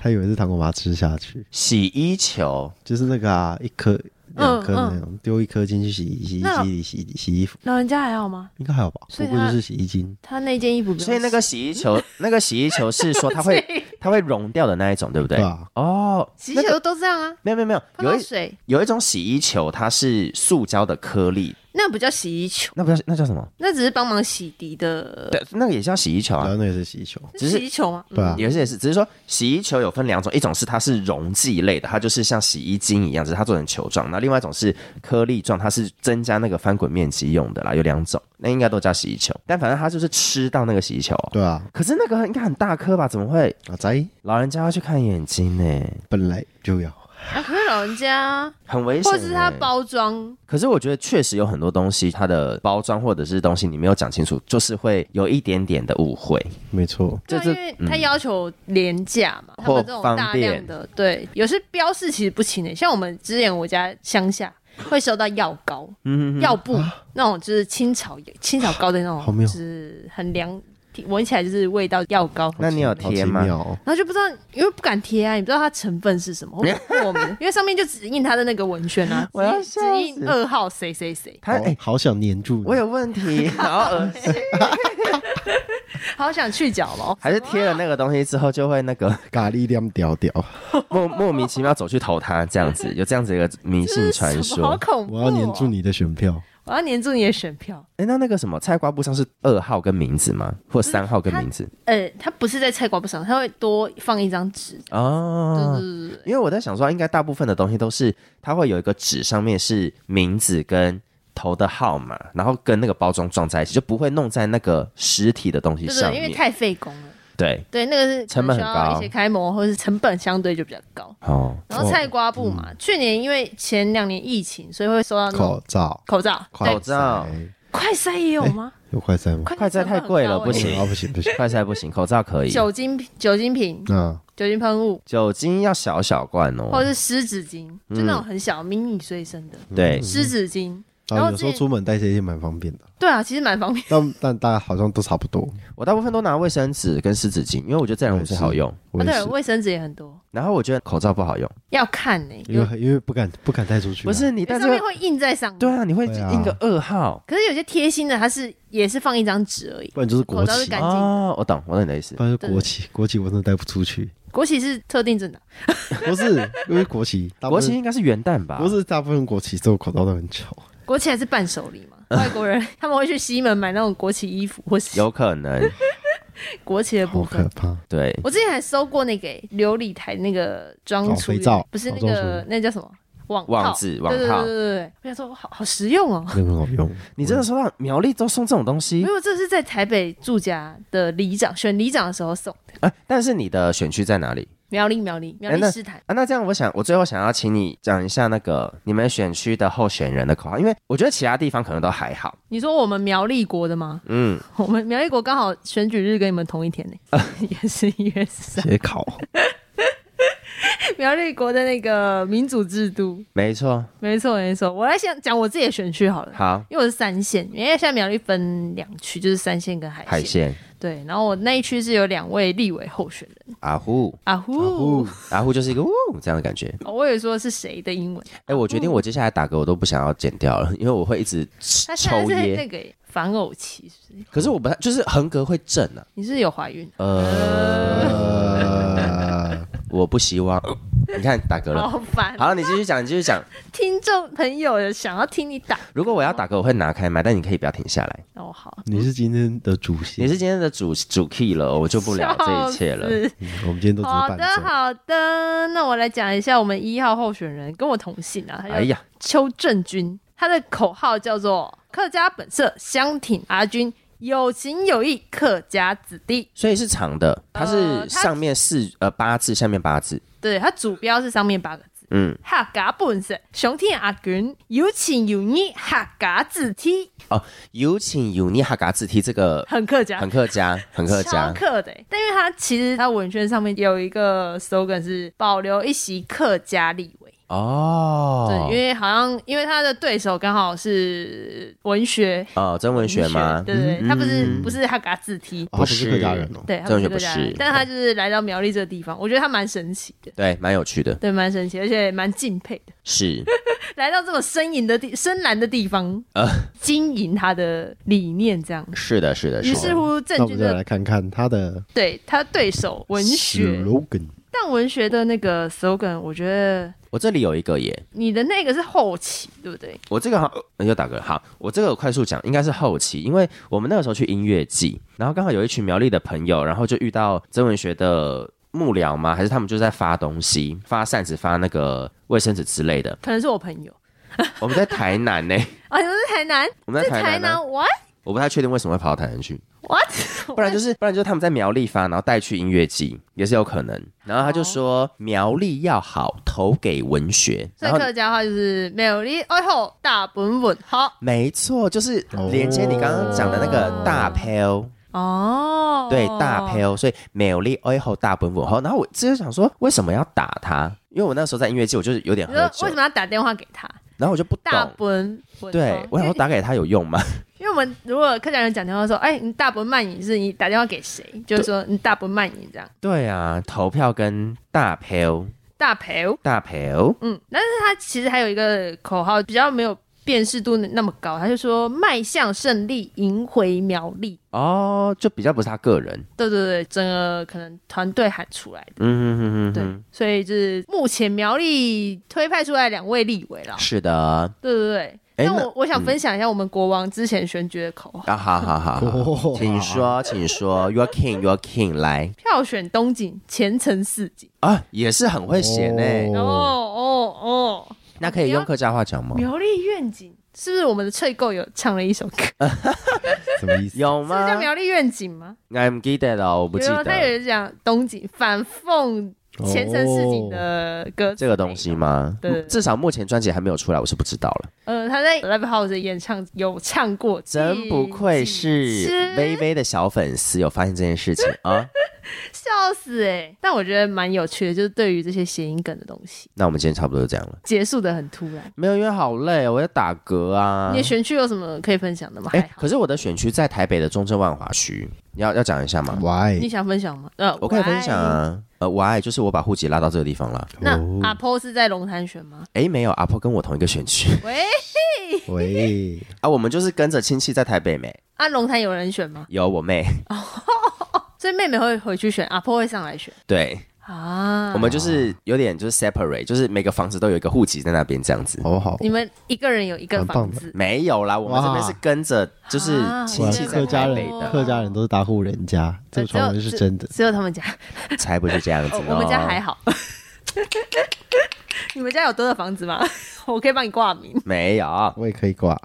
S4: 他以为是糖果把它吃下去，
S1: 洗衣球，
S4: 就是那个啊，一颗两颗的那种，丢一颗进去洗洗衣
S2: 嗯那
S4: 机里洗洗洗衣服，
S2: 老人家还好吗？
S4: 应该还好吧？
S2: 所
S4: 不
S2: 以
S4: 过
S2: 他
S4: 就是洗衣精，
S2: 他那件衣服不用洗，
S1: 所以那个洗衣 球，那个洗衣球是说它会它会溶掉的那一种，对不对？
S4: 对吧？
S1: 哦，
S2: 洗
S1: 那个
S2: 球都这样啊，
S1: 没有没有没有，
S2: 碰
S1: 有
S2: 到
S1: 一
S2: 水
S1: 有一种洗衣球，它是塑胶的颗粒，
S2: 那不叫洗衣球，
S1: 那不叫那叫什么？
S2: 那只是帮忙洗涤的，
S1: 对，那个也叫洗衣球
S4: 然
S1: 啊
S4: 后。那个是洗衣球，
S1: 只是
S2: 洗衣球吗？嗯
S4: 对啊，
S1: 有些也是，只是说洗衣球有分两种，一种是它是溶剂类的，它就是像洗衣精一样，只是它做成球状；那另外一种是颗粒状，它是增加那个翻滚面积用的啦。有两种，那应该都叫洗衣球，但反正它就是吃到那个洗衣球哦、
S4: 对啊，
S1: 可是那个应该很大颗吧？怎么会？
S4: 阿仔
S1: 老人家要去看眼睛呢、
S4: 本来就要，
S2: 啊，可是老人家，
S1: 很危险、欸
S2: 或者是他。包装，
S1: 可是我觉得确实有很多东西，它的包装或者是东西你没有讲清楚，就是会有一点点的误会。
S4: 没错，
S1: 就
S2: 对啊，
S1: 是嗯
S2: 因为他要求廉价嘛，他们这种
S1: 或方
S2: 大
S1: 便
S2: 量的，对，有些标示其实不清的，像我们之前我家乡下。会收到药膏、
S1: 嗯，
S2: 药布那种，就是青草青草膏的那
S4: 好
S2: 种，
S4: 妙
S2: 就是很凉，闻起来就是味道药膏。
S1: 那你有
S4: 好奇
S1: 贴吗？
S4: 妙哦
S2: 然后就不知道，因为不敢贴啊，你不知道它成分是什 么，会过敏，因为上面就只印它的那个文宣啊，
S1: 我要
S2: 只
S1: 笑
S2: 印只
S1: 死
S2: 印二号谁谁谁，
S1: 他哎、
S4: 好好想黏住你，
S1: 我有问题， 好恶心。
S2: 好想去角咯。
S1: 还是贴了那个东西之后就会那 个
S4: 咖喱亮屌屌，
S1: 莫莫名其妙走去投他这样子，有这样子一个迷
S2: 这
S1: 信
S2: 是
S1: 传
S2: 什么好
S1: 说。
S2: 恐怖、哦
S4: 我要黏住，你的选票，
S2: 我要黏住你的选票。
S1: 哎、那那个什么菜瓜布上是二号跟名字吗？或三号跟名字？
S2: 呃，嗯它不是在菜瓜布上，它会多放一张纸，
S1: 哦，
S2: 就是
S1: 因为我在想说，应该大部分的东西都是它会有一个纸，上面是名字跟投的号码，然后跟那个包装撞在一起，就不会弄在那个实体的东西
S2: 就是
S1: 上
S2: 因为
S1: 面。
S2: 太费工了。
S1: 对，
S2: 对，那个是
S1: 成本很
S2: 可能需要
S1: 高
S2: 一些开模或是成本相对就比较高。
S1: 哦，
S2: 然后菜瓜布
S1: 嗯
S2: 嘛，去年因为前两年疫情，所以会收到那种
S4: 口罩，
S2: 口罩，
S1: 口
S2: 对，
S1: 罩哎
S4: 塞
S2: 快塞也有吗？
S4: 有快塞吗？
S1: 快塞
S2: 塞
S1: 太贵了
S2: 成本很高欸欸
S1: 不行
S4: 啊，不行 不行，嗯
S1: 快塞不行，口罩可以，
S2: 酒精酒精瓶、
S1: 嗯
S4: 那
S2: 酒精喷雾，
S1: 酒精要小小罐
S2: 或
S1: 哦。
S2: 者是湿纸巾，就
S1: 嗯
S2: 那种很小、迷你随身的
S1: 对，
S2: 湿纸巾。然后
S4: 然后有时候
S2: 之前
S4: 出门带这些蛮方便的，
S2: 对啊，其实蛮方便。
S4: 但但大家好像都差不多，
S1: 我大部分都拿卫生纸跟湿纸巾，因为我觉得这两种最好用。
S4: 我
S2: 啊、
S4: 也
S2: 对，
S4: 是，
S2: 卫生纸也很多，
S1: 然后我觉得口罩不好用，
S2: 要看呢、
S4: 因
S2: 有
S4: 为因为不敢不敢带出去啊，
S1: 不是你
S2: 因为
S1: 但
S2: 上
S1: 这
S2: 面
S1: 个
S2: 会印在上面。
S1: 对啊，你会
S4: 对啊
S1: 印个二号
S2: 可是有些贴心的，它是也是放一张纸而已。
S4: 不然就是国
S2: 口罩是
S4: 旗
S2: 干，净的
S1: 哦，我懂，我懂你的意思
S4: 不。然就是国旗，国旗我真的带不出去，
S2: 国旗是特定制的，
S4: 不是因为国旗，大部
S1: 国
S4: 分
S1: 旗应该是元旦吧？
S4: 啊不，是大部分国旗都口罩都很丑，
S2: 国旗还是伴手 礼嘛？外国人他们会去西门买那种国旗衣服或是
S1: 有可能
S2: 国旗的
S4: 好
S2: 部
S4: 可
S2: 分。
S4: 怕。
S1: 对。
S2: 我之前还收过那个欸琉璃台那个装
S4: 哦
S2: 出
S4: 肥皂
S2: 不是那
S4: 哦装
S2: 个
S4: 出
S2: 那叫什么网
S1: 网
S2: 套
S1: 子
S2: 对
S1: 网
S2: 对
S1: 套
S2: 对对对对，我想说哇好好实用哦。
S4: 那个很好用，
S1: 你真的收到苗栗都送这种东西
S2: 没，有，这是在台北住家的里长选里长的时候送的。
S1: 哎、但是你的选区在哪里
S2: 苗栗，苗栗，苗
S1: 哎那
S2: 栗师坛，
S1: 啊？那这样，我想我最后想要请你讲一下那个你们选区的候选人的口号，因为我觉得其他地方可能都还好。
S2: 你说我们苗栗国的吗？
S1: 嗯，
S2: 我们苗栗国刚好选举日跟你们同一天 呢、也是一月十三。
S4: 写考，
S2: 苗栗国的那个民主制度，
S1: 没错。
S2: 没错没错。我来想讲我自己的选区好了，
S1: 好，
S2: 因为我是三线，因为现在苗栗分两区，就是三线跟海线。
S1: 海鲜
S2: 对，然后我那一区是有两位立委候选人。
S1: 阿呼
S2: 啊呼，
S4: 呼
S1: 阿呼就是一个呜这样的感觉。
S2: 哦我有说是谁的英文，
S1: 哎、我决定我接下来打嗝我都不想要剪掉了， 因为我会一直
S2: 他现在
S1: 抽
S2: 是
S1: 噎。
S2: 那个耶反偶期，是不是？
S1: 可是我不太，就是横膈会震啊。
S2: 你是不是有怀孕？
S1: 呃，
S4: 呃，
S1: 我不希望。你看打嗝了。
S2: 好烦！
S1: 好了，你继续讲，你继续讲。
S2: 听众朋友想要听你打
S1: 如果我要打嗝，我会拿开麦，但你可以不要停下 来。
S2: 哦，好，
S4: 你是今天的主席，
S1: 你是今天的主主 key 了，我就不聊这一切了。
S2: 笑死
S4: 嗯我们今天都只
S2: 好
S4: 是伴
S2: 的，
S4: 奏，
S2: 好的，那我来讲一下我们一号候选人，跟我同姓啊，他
S1: 哎
S2: 叫
S1: 呀，
S2: 邱正军，他的口号叫做“客家本色，乡挺阿军，有情有义，客家子弟
S1: 所以是长的，它是
S2: 呃它
S1: 上面四呃八字，下面八字。”。
S2: 对，他主标是上面八个字。
S1: 嗯，
S2: 客家本色，乡挺阿军，有情有义，客家子弟，
S1: 哦，有请尤尼哈嘎字体这个
S2: 很客家，
S1: 很客家，很客
S2: 超
S1: 家。
S2: 客的欸、但因为他其实他文宣上面有一个 slogan 是保留一席客家立委，
S1: 哦，
S2: 对，因为好像因为他的对手刚好是文学，
S1: 哦，曾文学吗？
S2: 对对，对他不是
S1: 嗯
S2: 不是他给他自踢，
S4: 哦他不是客家人哦，
S2: 对，他
S1: 曾文学
S2: 不是
S1: 不
S2: 客家人
S1: 是
S2: 但是他就是来到苗栗这个地方，我觉得他蛮神奇的，
S1: 对，蛮有趣的，
S2: 对，蛮神奇，而且蛮敬佩的，
S1: 是
S2: 来到这么深隐的地深蓝的地方，
S1: 呃
S2: 经营他的理念这样。
S1: 是的，是的，
S2: 于
S1: 是
S2: 是
S1: 的，
S2: 乎，
S4: 那
S2: 郑
S4: 我们
S2: 钧
S4: 再
S2: 的
S4: 来看看他的
S2: 对他对手文学，
S4: slogan，
S2: 但文学的那个 slogan，我觉得
S1: 我这里有一个耶，
S2: 你的那个是后期，对不对？
S1: 我这个好，那就打嗝。好，我这个我快速讲，应该是后期，因为我们那个时候去音乐季，然后刚好有一群苗栗的朋友，然后就遇到曾文学的幕僚吗？还是他们就在发东西，发扇子、发那个卫生纸之类的。
S2: 可能是我朋友
S1: 我们在台南呢、
S2: 啊，你们是台南，
S1: 我们在
S2: 在
S1: 台
S2: 台
S1: 南、啊，
S2: 南 what
S1: 我不太确定为什么会跑到台南去，
S2: what？
S1: 不然就是不然就是他们在苗栗发，然后带去音乐季也是有可能。然后他
S2: 哦
S1: 就说苗栗要好，投给文学，
S2: 所
S1: 然
S2: 以
S1: 后。
S2: 客家话就是没有你哎吼大本本好
S1: 没错，就是连接你刚刚讲的那个大飘、
S2: 哦，
S1: 对大飘，所以美丽 o 吼大本本吼。然后我之前想说，为什么要打他？因为我那时候在音乐季，我就是有点
S2: 你
S1: 喝
S2: 说
S1: 酒
S2: 为什，么要打电话给他？
S1: 然后我就不
S2: 大
S1: 懂。
S2: 本本
S1: 对，我想
S2: 因
S1: 说
S2: 为
S1: 打给他有用吗？
S2: 因为我们如果客家人讲电话说，哎，你大本慢饮是你打电话给谁？就是说你大本慢饮这样。
S1: 对啊，投票跟大飘
S2: 大陪，
S1: 大飘
S2: 嗯，但是他其实还有一个口号比较没有辨识度那么高，他就说迈向胜利，赢回苗栗。
S1: 哦，就比较不是他个人。
S2: 对对对，整个可能团队喊出来的，
S1: 嗯哼哼
S2: 对，
S1: 哼哼，
S2: 所以就是目前苗栗推派出来两位立委了，
S1: 是的啊，
S2: 对对对。
S1: 哎
S2: 那
S1: 那
S2: 我我想分享一下我们国王之前选举的口号，
S1: 啊好好好好，
S4: 哦
S1: 请说，请说，Your King, Your King，来
S2: 票选东景前程似锦。
S1: 啊，也是很会写呢。
S2: 哦哦哦，
S1: 那可以用客家话讲吗？
S2: 苗栗愿景是不是我们的翠购有唱了一首歌？
S4: 什么意思？
S1: 有
S2: 是叫
S1: 吗
S2: 苗栗愿景吗？
S1: ？I'm 记得了，啊我不记
S2: 有
S1: 得
S2: 他有人讲东景反讽 前程似锦的歌，
S1: 哦这个东西？吗？
S2: 对
S1: 嗯至少目前专辑还没有出来，我是不知道了。
S2: 呃，他在 Live House 演唱有唱过，
S1: 真不愧是微微的小粉丝，有发现这件事 情啊。
S2: 笑死哎、欸！但我觉得蛮有趣的，就是对于这些谐音梗的东西，
S1: 那我们今天差不多就这样了。
S2: 结束的很突然。
S1: 没有，因为好累，我要打嗝啊
S2: 你的。选区有什么可以分享的吗？
S1: 哎、
S2: 还好
S1: 可，是我的选区在台北的中正万华区，你要要讲一下吗？
S2: 你
S4: 哦 Why？
S2: 想分享吗？呃，
S1: 我可以
S2: why？
S1: 分享啊。呃，我爱就是我把户籍拉到这个地方了。
S2: 那
S4: 哦
S2: 阿婆是在龙潭选吗？
S1: 哎，没有，阿婆跟我同一个选区
S2: 喂，
S4: 喂，
S1: 啊，我们就是跟着亲戚在台北没
S2: 啊，龙潭有人选吗？
S1: 有我妹，
S2: 所以妹妹会回去选，阿婆会上来选
S1: 对
S2: 啊
S1: 我。们
S2: 哦
S1: 就是有点就是 separate，就是每个房子都有一个户籍在那边这样子。
S4: 好好，
S2: 你们一个人有一个
S4: 蛮棒
S2: 房
S4: 的
S2: 子，
S1: 没有啦，我们
S4: 哇
S1: 这边是跟着就是
S2: 啊
S1: 亲戚
S4: 客
S1: 在
S4: 家
S1: 台
S4: 人
S1: 北
S2: 哇
S1: 的，
S4: 客家人都是大户人家，这个传闻是真的。
S2: 只有他们家，
S1: 才不是这样子、
S2: 哦
S1: 哦。
S2: 我们家还好。 你们家有多的房子吗？ 我可以帮你挂名，
S1: 没有。
S4: 我也可以 挂，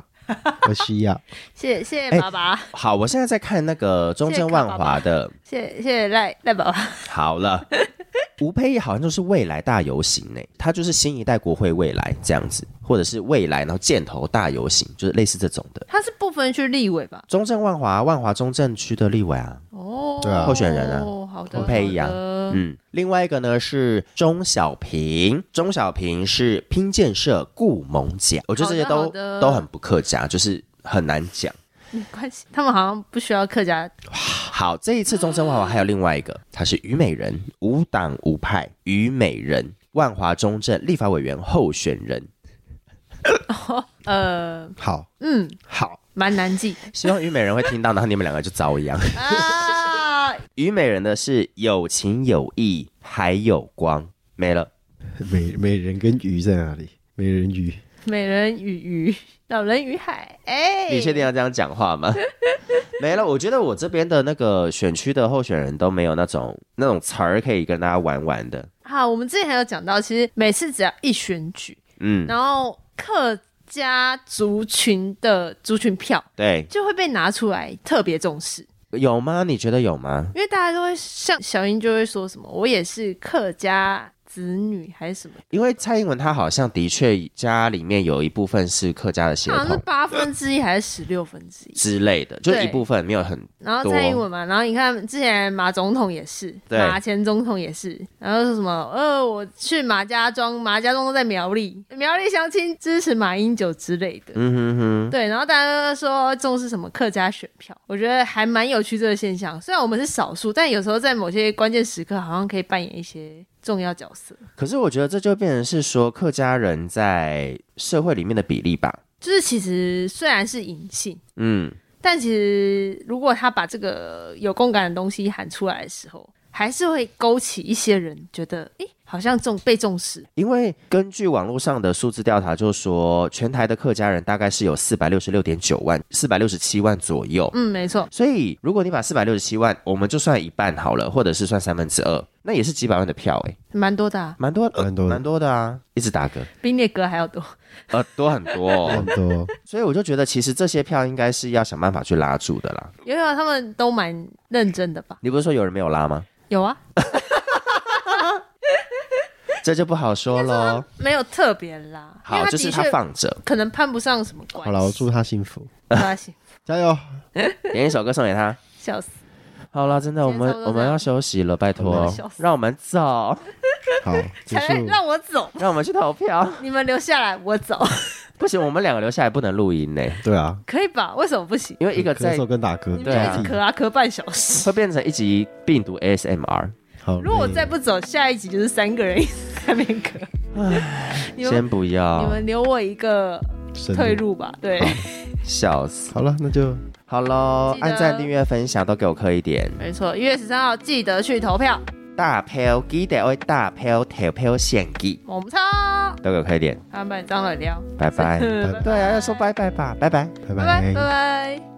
S4: 我需要。
S2: 谢谢谢
S1: 哎
S2: 谢爸爸，
S1: 好，我现在在看那个中正万华的，
S2: 谢谢谢赖赖爸爸。
S1: 好了。吴佩仪好像就是未来大游行呢、他就是新一代国会未来这样子，或者是未来然后箭头大游行，就是类似这种的。
S2: 他是不分区立委吧？
S1: 中正万华，万华中正区的立委啊，
S2: 哦，
S4: 对啊
S1: 候选人啊
S2: 哦，好的，
S1: 洪佩仪啊
S2: 好的
S1: 嗯，另外一个呢是钟小平，钟小平是拼建社顾蒙甲，我觉得这些
S2: 好
S1: 都
S2: 的好的
S1: 都很不客家，就是很难讲。
S2: 没关系，他们好像不需要客家
S1: 好，这一次中正万华还有另外一个，她是虞美人，无党无派，虞美人，万华中正立法委员候选人。
S2: 呃，
S4: 好，
S2: 嗯，
S1: 好，
S2: 蛮 难记
S1: 希望虞美人会听到，然后你们两个就遭殃。
S2: 啊。
S1: 虞美人的是有情有义，还有光，没了。
S4: 美美人跟鱼在哪里？美人鱼，
S2: 美人与鱼，老人与海，哎、
S1: 你确定要这样讲话吗？ 没了，我觉得我这边的那个选区的候选人都没有那种那种词儿可以跟大家玩玩的。
S2: 好，我们之前还有讲到，其实每次只要一选举，
S1: 嗯，
S2: 然后客家族群的族群票
S1: 对，
S2: 就会被拿出来特别重视，
S1: 有吗？你觉得有吗？
S2: 因为大家都会像小英就会说什么，我也是客家。子女还是什么，
S1: 因为蔡英文她好像的确家里面有一部分是客家的血
S2: 好像是
S1: 统
S2: 八分之一还是十六分之一。
S1: 之类的，就
S2: 啊对
S1: 一部分没有很
S2: 然后
S1: 多
S2: 蔡英文嘛，然后你看之前马总统也是，
S1: 对
S2: 马前总统也是，然后说什么呃，我去马家庄，马家庄都在苗栗，苗栗乡亲支持马英九之类的，
S1: 嗯哼哼，
S2: 对，然后大家都说重视什么客家选票，我觉得还蛮有趣这个现象。虽然我们是少数，但有时候在某些关键时刻，好像可以扮演一些重要角色，
S1: 可是我觉得这就变成是说客家人在社会里面的比例吧。
S2: 就是其实虽然是隐性。
S1: 嗯，
S2: 但其实，如果他把这个有共感的东西喊出来的时候，还是会勾起一些人觉得，诶，好像重被重视。
S1: 因为根据网络上的数字调查，就说全台的客家人大概是有四百六十六点九万、四百六十七万左右。
S2: 嗯，没错，
S1: 所以，如果你把四百六十七万，我们就算一半好了，或者是算三分之二，那也是几百万的票哎、
S2: 蛮多的、啊，
S1: 蛮多
S4: 蛮多的
S1: 蛮多的啊，一直打嗝，
S2: 比列哥还要多。
S1: 呃，多很多、
S4: 很
S1: 哦。
S4: 多
S1: 所以我就觉得，其实这些票应该是要想办法去拉住的啦。
S2: 有啊有，他们都蛮认真的吧？
S1: 你不是说有人没有拉吗？
S2: 有啊，
S1: 这就不好说喽。
S2: 没有特别啦。因为
S1: 好，
S2: 他
S1: 就是
S2: 的
S1: 他
S2: 确
S1: 放着。
S2: 可能攀不上什么关系。
S4: 好 了，我祝他幸福，
S2: 他行，
S4: 加油！
S1: 点一首歌送给他。
S2: 笑死。
S1: 好了，真的，我
S2: 今天
S1: 们
S2: 差不多
S1: 我们
S2: 这样
S1: 要休息了，拜
S4: 我
S1: 托
S2: 们要休，息
S1: 让我们走，
S4: 好，结
S2: 才
S4: 束。
S2: 让我走，
S1: 让我们去投票。
S2: 你们留下来，我走，
S1: 不行，我们两个留下来不能录音呢，
S4: 对啊，
S2: 可以吧？为什么不行？
S1: 因为一个
S4: 咳
S1: 在
S4: 嗽跟打嗝，
S2: 你
S1: 对啊
S2: 们就一直咳啊咳半小时。
S1: 会变成一集病毒 ASMR。
S4: 好累，
S2: 如果我再不走，下一集就是三个人一直在那边咳。你们
S1: 先不
S2: 你
S1: 要，
S2: 们留我一个
S4: 深入
S2: 退路吧。对，
S1: 笑死。
S4: 好了，那就
S1: 好喽，
S2: 记得
S1: 按赞、订阅、分享都给我磕一点。
S2: 没错，一月十三号记得去投票，
S1: 大票记得为大票投票献给，
S2: 我们超
S1: 都给我磕一点，
S2: 他们张了聊，
S1: 拜拜。
S2: 哎拜
S1: 对啊，要说拜拜吧，拜拜。
S4: 拜
S2: 拜拜
S4: 拜。
S2: 拜。